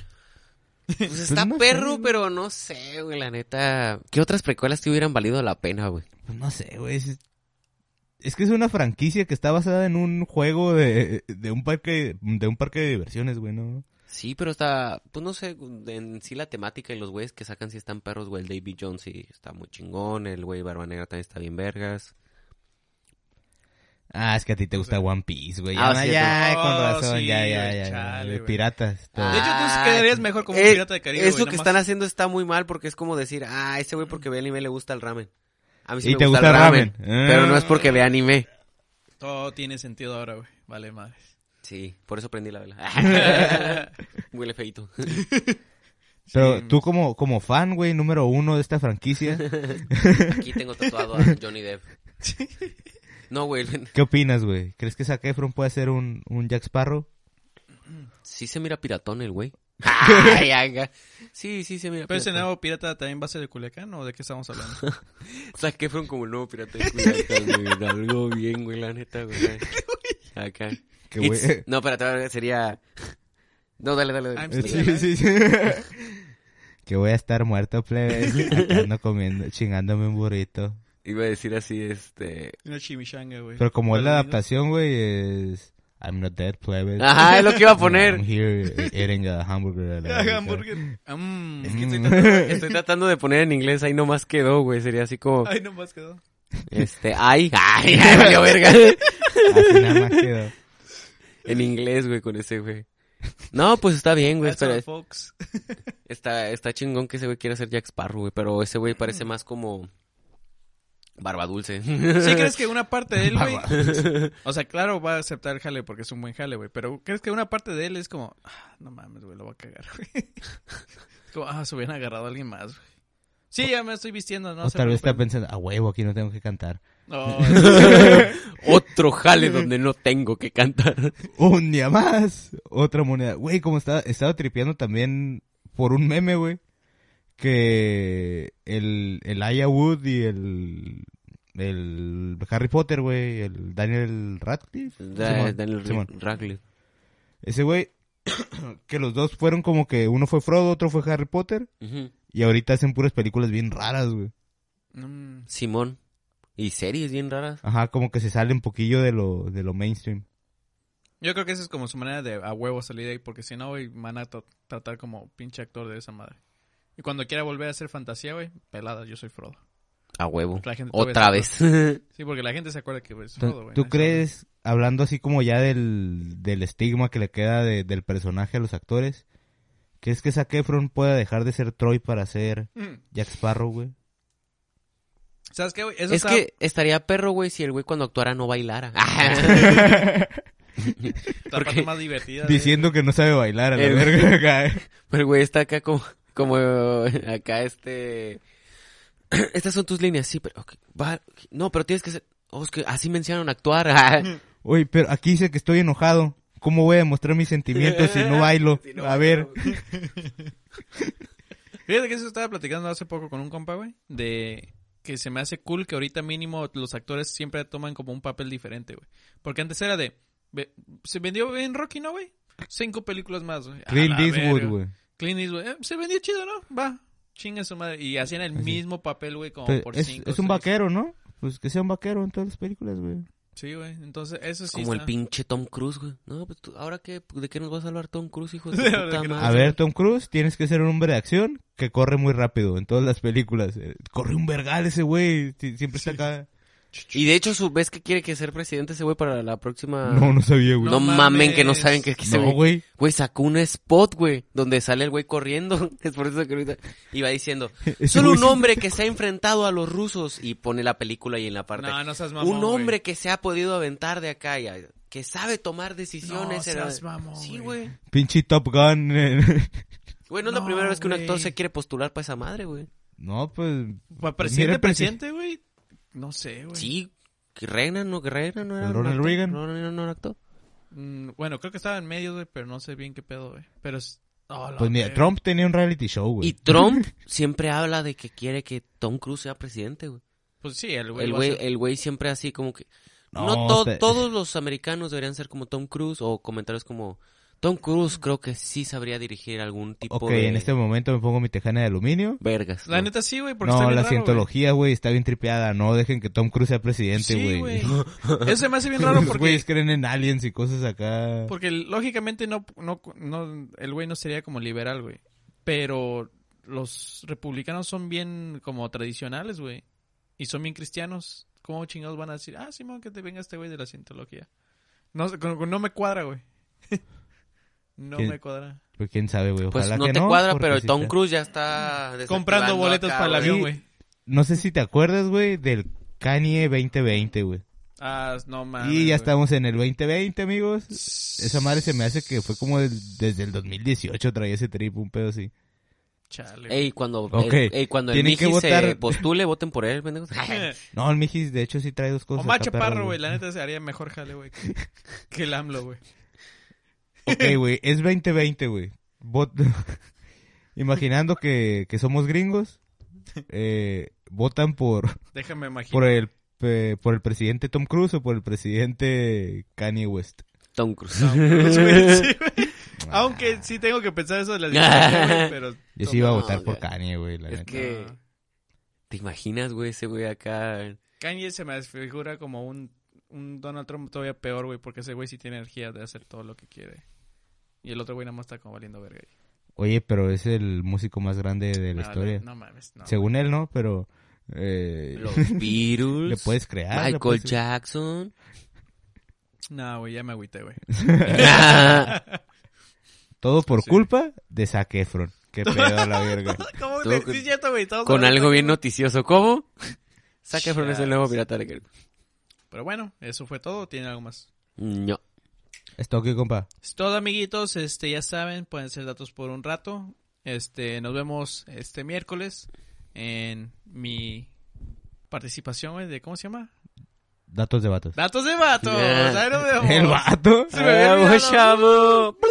[SPEAKER 1] Pues está
[SPEAKER 2] no sé,
[SPEAKER 1] perro,
[SPEAKER 2] güey.
[SPEAKER 1] pero no sé, güey, la neta. ¿Qué otras precuelas te hubieran valido la pena, güey?
[SPEAKER 2] Pues no sé, güey. Es, es que es una franquicia que está basada en un juego de, de un parque de un parque de diversiones, güey, ¿no?
[SPEAKER 1] Sí, pero está, pues no sé, en sí la temática y los güeyes que sacan sí están perros, güey. El Davy Jones sí está muy chingón, el güey Barba Negra también está bien vergas.
[SPEAKER 2] Ah, es que a ti te gusta One Piece, güey.
[SPEAKER 1] Ah,
[SPEAKER 2] ya,
[SPEAKER 1] sí,
[SPEAKER 2] ya,
[SPEAKER 3] eso.
[SPEAKER 2] con
[SPEAKER 3] Oh,
[SPEAKER 2] razón,
[SPEAKER 3] sí,
[SPEAKER 2] ya, ya,
[SPEAKER 3] güey,
[SPEAKER 2] ya.
[SPEAKER 3] chale,
[SPEAKER 2] de
[SPEAKER 3] güey.
[SPEAKER 2] piratas. todo.
[SPEAKER 3] De hecho, tú
[SPEAKER 1] Ah,
[SPEAKER 3] quedarías mejor como un
[SPEAKER 1] eh,
[SPEAKER 3] pirata de Caribe,
[SPEAKER 1] Eso
[SPEAKER 3] güey,
[SPEAKER 1] que
[SPEAKER 3] nomás.
[SPEAKER 1] están haciendo está muy mal porque es como decir, ah, este güey porque ve anime le gusta el ramen. A mí sí
[SPEAKER 2] ¿Y
[SPEAKER 1] me
[SPEAKER 2] te
[SPEAKER 1] gusta, el ramen.
[SPEAKER 2] Ah.
[SPEAKER 1] Pero no es porque ve anime.
[SPEAKER 3] Todo tiene sentido ahora, güey. Vale, madre.
[SPEAKER 1] Sí, por eso prendí la vela. Huele feito.
[SPEAKER 2] Pero
[SPEAKER 3] Sí.
[SPEAKER 2] tú como, como fan, güey, número uno de esta franquicia,
[SPEAKER 1] Aquí tengo tatuado a Johnny Depp. No, güey,
[SPEAKER 2] ¿qué opinas, güey? ¿Crees que Zac Efron puede ser un, un Jack Sparrow?
[SPEAKER 1] sí se mira piratón el güey. Ay, haga. Sí, sí se mira
[SPEAKER 3] Pero ese
[SPEAKER 1] piratón.
[SPEAKER 3] nuevo pirata también va a ser de Culiacán o de qué estamos hablando?
[SPEAKER 1] Zac Efron como el nuevo pirata de Culiacán, güey. Algo bien, güey, la neta, güey. Acá.
[SPEAKER 2] Que, güey...
[SPEAKER 1] It's- No, espérate, ahora sería... No, dale, dale, dale.
[SPEAKER 3] I'm
[SPEAKER 2] Sí,
[SPEAKER 3] still-
[SPEAKER 2] sí, sí. que voy a estar muerto, plebes. Acá ando comiendo, chingándome un burrito.
[SPEAKER 1] Iba a decir así, este...
[SPEAKER 3] Una chimichanga, güey.
[SPEAKER 2] Pero como es la
[SPEAKER 3] Perdido.
[SPEAKER 2] adaptación, güey, es... I'm not dead, plebes.
[SPEAKER 1] Ajá, es lo que iba a
[SPEAKER 2] I'm
[SPEAKER 1] poner.
[SPEAKER 2] here eating a hamburger. at a
[SPEAKER 3] Ah, hamburger. Mm.
[SPEAKER 1] Es que estoy tratando, estoy tratando de poner en inglés, ahí nomás quedó, güey. Sería así como...
[SPEAKER 3] Ay, nomás quedó.
[SPEAKER 1] Este, ay, ay, ay, valió verga.
[SPEAKER 2] Así nada más quedó.
[SPEAKER 1] En inglés, güey, con ese güey. No, pues está bien, güey.
[SPEAKER 3] That's all,
[SPEAKER 1] Está,
[SPEAKER 3] folks.
[SPEAKER 1] está, está chingón que ese güey quiera ser Jack Sparrow, güey. Pero ese güey parece más como. Barbadulce.
[SPEAKER 3] ¿Sí crees que una parte de él, güey? O sea, claro, va a aceptar el jale porque es un buen jale, güey. Pero ¿crees que una parte de él es como, ah, no mames, güey, lo va a cagar, güey? Como, ah, se hubieran agarrado a alguien más, güey. Sí, ya me estoy vistiendo, no
[SPEAKER 2] o
[SPEAKER 3] se
[SPEAKER 2] tal vez está
[SPEAKER 3] preocupen.
[SPEAKER 2] pensando, a huevo, aquí no tengo que cantar.
[SPEAKER 3] No, es-
[SPEAKER 1] Otro jale donde no tengo que cantar.
[SPEAKER 2] Un día más. Otra moneda. Güey, como estaba, estaba tripeando también por un meme, güey. Que el, el Aya Wood y el, el Harry Potter, güey. El Daniel Radcliffe.
[SPEAKER 1] Da-
[SPEAKER 2] Simón,
[SPEAKER 1] Daniel
[SPEAKER 2] Simón.
[SPEAKER 1] Ra- Radcliffe.
[SPEAKER 2] Ese güey, que los dos fueron como que uno fue Frodo, otro fue Harry Potter.
[SPEAKER 1] Ujú.
[SPEAKER 2] Y ahorita hacen puras películas bien raras, güey.
[SPEAKER 3] Mm,
[SPEAKER 1] Simón. Y series bien raras.
[SPEAKER 2] Ajá, como que se sale un poquillo de lo, de lo mainstream.
[SPEAKER 3] Yo creo que esa es como su manera de a huevo salir de ahí, porque si no, güey, me van a tra- tratar como pinche actor de esa madre. Y cuando quiera volver a hacer fantasía, güey, pelada, yo soy Frodo.
[SPEAKER 1] A huevo.
[SPEAKER 3] La gente todavía
[SPEAKER 1] Otra
[SPEAKER 3] se
[SPEAKER 1] vez.
[SPEAKER 3] acuerda- Sí, porque la gente se acuerda que güey, es
[SPEAKER 2] ¿Tú,
[SPEAKER 3] Frodo, güey.
[SPEAKER 2] tú
[SPEAKER 3] nadie se
[SPEAKER 2] crees, hablando así como ya del, del estigma que le queda de- del personaje a los actores, crees que Zac Efron pueda dejar de ser Troy para ser
[SPEAKER 3] acuerda. Mm.
[SPEAKER 2] Jack Sparrow, güey?
[SPEAKER 3] ¿Sabes qué, güey? Eso
[SPEAKER 1] Es
[SPEAKER 3] está-
[SPEAKER 1] que estaría perro, güey, si el güey cuando actuara no bailara.
[SPEAKER 3] La parte
[SPEAKER 1] Porque
[SPEAKER 3] más divertida. de-
[SPEAKER 2] Diciendo que no sabe bailar a la
[SPEAKER 1] El-
[SPEAKER 2] verga acá, eh.
[SPEAKER 1] Pero el güey está acá como, como eh, acá este. Estas son tus líneas, sí, pero ok, va- no, pero tienes que ser. oh, es que así me enseñaron a actuar.
[SPEAKER 2] Oye, pero aquí dice que estoy enojado. ¿Cómo voy a demostrar mis sentimientos si no bailo?
[SPEAKER 1] Si no
[SPEAKER 2] a ver,
[SPEAKER 1] bailo, güey.
[SPEAKER 3] Fíjate que eso estaba platicando hace poco con un compa, güey, de que se me hace cool que ahorita mínimo los actores siempre toman como un papel diferente, güey. Porque antes era de, ve- se vendió bien Rocky, ¿no, güey? Cinco películas más, güey. A
[SPEAKER 2] Clint
[SPEAKER 3] la verga.
[SPEAKER 2] Eastwood, güey.
[SPEAKER 3] Clint Eastwood, eh, se vendió chido, ¿no? Va, chinga su madre. Y hacían el
[SPEAKER 2] Así.
[SPEAKER 3] mismo papel, güey, como
[SPEAKER 2] Pero
[SPEAKER 3] por
[SPEAKER 2] Es,
[SPEAKER 3] cinco.
[SPEAKER 2] es un
[SPEAKER 3] seis.
[SPEAKER 2] vaquero, ¿no? Pues que sea un vaquero en todas las películas, güey.
[SPEAKER 3] Sí, güey, entonces eso sí
[SPEAKER 1] Como el
[SPEAKER 3] está-
[SPEAKER 1] pinche Tom Cruise, güey. No, pues tú, ¿ahora qué? ¿De qué nos va a salvar Tom Cruise, hijo de tu
[SPEAKER 3] De
[SPEAKER 1] puta
[SPEAKER 3] verdad.
[SPEAKER 1] madre?
[SPEAKER 2] A ver, Tom Cruise, tienes que ser un hombre de acción que corre muy rápido en todas las películas. Eh, Corre un vergal ese güey, si- siempre está acá.
[SPEAKER 1] Y de hecho, su vez que quiere que ser presidente ese güey para la próxima...
[SPEAKER 2] No, no sabía, güey.
[SPEAKER 1] Ah. No
[SPEAKER 3] No
[SPEAKER 1] mamen que no
[SPEAKER 3] mames.
[SPEAKER 1] saben que que ese
[SPEAKER 2] No,
[SPEAKER 1] güey...
[SPEAKER 2] güey.
[SPEAKER 1] Güey, sacó un spot, güey, donde sale el güey corriendo. Es por eso que ahorita iba diciendo,
[SPEAKER 2] Ese
[SPEAKER 1] solo
[SPEAKER 2] güey
[SPEAKER 1] un
[SPEAKER 2] siempre
[SPEAKER 1] hombre que se ha enfrentado a los rusos y pone la película ahí en la parte.
[SPEAKER 3] No, no seas mamón,
[SPEAKER 1] un hombre
[SPEAKER 3] güey.
[SPEAKER 1] que se ha podido aventar de acá y a- que sabe tomar decisiones.
[SPEAKER 3] No
[SPEAKER 1] era-
[SPEAKER 3] seas mamón,
[SPEAKER 1] sí,
[SPEAKER 3] güey.
[SPEAKER 1] güey.
[SPEAKER 2] Pinche Top Gun. eh.
[SPEAKER 1] Güey, no es la
[SPEAKER 3] No,
[SPEAKER 1] primera vez que un actor
[SPEAKER 3] güey.
[SPEAKER 1] se quiere postular para esa madre, güey.
[SPEAKER 2] No, pues.
[SPEAKER 3] Pa-
[SPEAKER 2] Mira
[SPEAKER 3] presidente,
[SPEAKER 2] el presi-
[SPEAKER 3] presidente, güey. No sé, güey.
[SPEAKER 1] Sí, que Reagan no, que Reagan no era.
[SPEAKER 2] Ronald
[SPEAKER 1] un actor.
[SPEAKER 2] Reagan.
[SPEAKER 1] No, no, no, no era actor.
[SPEAKER 3] Mm, bueno, creo que estaba en medio, güey, pero no sé bien qué pedo, güey. Pero es... oh, la
[SPEAKER 2] Pues mira,
[SPEAKER 3] verga.
[SPEAKER 2] Trump tenía un reality show, güey.
[SPEAKER 1] Y Trump siempre habla de que quiere que Tom Cruise sea presidente, güey.
[SPEAKER 3] Pues sí, el güey.
[SPEAKER 1] El
[SPEAKER 3] lo
[SPEAKER 1] güey,
[SPEAKER 2] eh,
[SPEAKER 3] hace-
[SPEAKER 1] el güey siempre así como que
[SPEAKER 2] No, este-
[SPEAKER 1] no, to-
[SPEAKER 2] usted-
[SPEAKER 1] todos los americanos deberían ser como Tom Cruise o comentarios como Tom Cruise creo que sí sabría dirigir algún tipo
[SPEAKER 2] Ok,
[SPEAKER 1] de
[SPEAKER 2] en este momento me pongo mi tejana de aluminio.
[SPEAKER 1] vergas.
[SPEAKER 3] La
[SPEAKER 1] ¿no?
[SPEAKER 3] neta sí, güey, porque está
[SPEAKER 2] No,
[SPEAKER 3] bien
[SPEAKER 2] la
[SPEAKER 3] raro,
[SPEAKER 2] cientología, güey, está bien tripeada. No dejen que Tom Cruise sea
[SPEAKER 3] güey.
[SPEAKER 2] presidente,
[SPEAKER 3] Sí,
[SPEAKER 2] güey.
[SPEAKER 3] güey. Eso se me hace bien raro
[SPEAKER 2] Los
[SPEAKER 3] porque...
[SPEAKER 2] güeyes creen en aliens y cosas acá.
[SPEAKER 1] Pues
[SPEAKER 3] Porque lógicamente no, no, no... El güey no sería como liberal, güey. Pero los republicanos son bien como tradicionales, güey. Y son bien cristianos. ¿Cómo chingados van a decir? Ah, Simón, que te venga este güey de la cientología. No, sé, con- con- no me cuadra, güey. no
[SPEAKER 2] ¿Quién?
[SPEAKER 3] me cuadra.
[SPEAKER 2] Pues quién sabe, güey.
[SPEAKER 1] Pues
[SPEAKER 2] Ojalá
[SPEAKER 1] no
[SPEAKER 2] que
[SPEAKER 1] te cuadra,
[SPEAKER 2] porque
[SPEAKER 1] pero el
[SPEAKER 2] sí
[SPEAKER 1] Tom
[SPEAKER 2] está-
[SPEAKER 1] Cruise ya está desactivando
[SPEAKER 3] Comprando boletos
[SPEAKER 1] acá,
[SPEAKER 3] para el avión,
[SPEAKER 2] Sí.
[SPEAKER 3] güey.
[SPEAKER 2] No sé si te acuerdas, güey, del Kanye 2020, güey.
[SPEAKER 3] Ah, no mames.
[SPEAKER 2] y ya
[SPEAKER 3] güey.
[SPEAKER 2] estamos en el 2020, amigos. Esa madre se me hace que fue como del- desde el 2018 traía ese trip, un pedo así.
[SPEAKER 3] Chale. güey.
[SPEAKER 1] Ey, cuando
[SPEAKER 2] Ok.
[SPEAKER 1] el, ey, cuando el
[SPEAKER 2] Tienen que
[SPEAKER 1] Miji se
[SPEAKER 2] votar.
[SPEAKER 1] postule, voten por él, pendejos.
[SPEAKER 2] No, el Mijis, de hecho, sí trae dos cosas.
[SPEAKER 3] Omar
[SPEAKER 2] acá,
[SPEAKER 3] Chaparro,
[SPEAKER 2] Pues perro,
[SPEAKER 3] güey, la neta se haría mejor jale, güey, que, que el AMLO, güey.
[SPEAKER 2] Ok, güey, es 2020, güey. Vot- Imaginando que, que somos gringos, eh, votan por,
[SPEAKER 3] Déjame imaginar.
[SPEAKER 2] por, el, eh, por el presidente Tom Cruise o por el presidente Kanye West.
[SPEAKER 1] Tom Cruise.
[SPEAKER 3] No, güey, sí, güey. Aunque sí tengo que pensar eso de la diferencia, güey, pero...
[SPEAKER 2] Ah, Yo sí iba a
[SPEAKER 1] No,
[SPEAKER 2] votar por
[SPEAKER 1] güey.
[SPEAKER 2] Kanye, güey, la
[SPEAKER 1] Es
[SPEAKER 2] neta.
[SPEAKER 1] que-
[SPEAKER 3] No.
[SPEAKER 1] ¿Te imaginas, güey, ese güey acá?
[SPEAKER 3] Kanye se me figura como un, un Donald Trump todavía peor, güey, porque ese güey sí tiene energía de hacer todo lo que quiere. Y el otro güey nada más está como valiendo verga. ahí.
[SPEAKER 2] Oye, pero es el músico más grande de la
[SPEAKER 3] No,
[SPEAKER 2] historia.
[SPEAKER 3] No, mames, no.
[SPEAKER 2] Según él, ¿no? Pero... eh,
[SPEAKER 1] Los Beatles.
[SPEAKER 2] Le puedes crear. le
[SPEAKER 1] Michael
[SPEAKER 2] puedes-
[SPEAKER 1] Jackson.
[SPEAKER 3] No, güey, ya me agüité, güey.
[SPEAKER 2] Todo por
[SPEAKER 3] Sí.
[SPEAKER 2] culpa de Zac Efron. Qué pedo a la verga.
[SPEAKER 3] ¿Cómo
[SPEAKER 1] Tú
[SPEAKER 3] te
[SPEAKER 1] con-
[SPEAKER 3] sí, es cierto, güey? Estamos
[SPEAKER 1] con
[SPEAKER 3] hablando
[SPEAKER 1] algo
[SPEAKER 3] de-
[SPEAKER 1] bien noticioso. ¿Cómo? Zac Efron es el nuevo
[SPEAKER 3] Chas.
[SPEAKER 1] pirata de la Caribbean.
[SPEAKER 3] Pero bueno, eso fue todo. ¿Tiene algo más?
[SPEAKER 1] No.
[SPEAKER 2] Esto aquí, compa.
[SPEAKER 3] Es todo, amiguitos. Este, ya saben, pueden ser datos por un rato. Este, nos vemos este miércoles en mi participación güey, de, ¿cómo se llama?
[SPEAKER 2] Datos de vatos.
[SPEAKER 3] Datos de vatos.
[SPEAKER 1] Yeah.
[SPEAKER 3] Ahí nos vemos.
[SPEAKER 2] El vato.
[SPEAKER 3] Se me había olvidado.
[SPEAKER 1] Ah, chavo.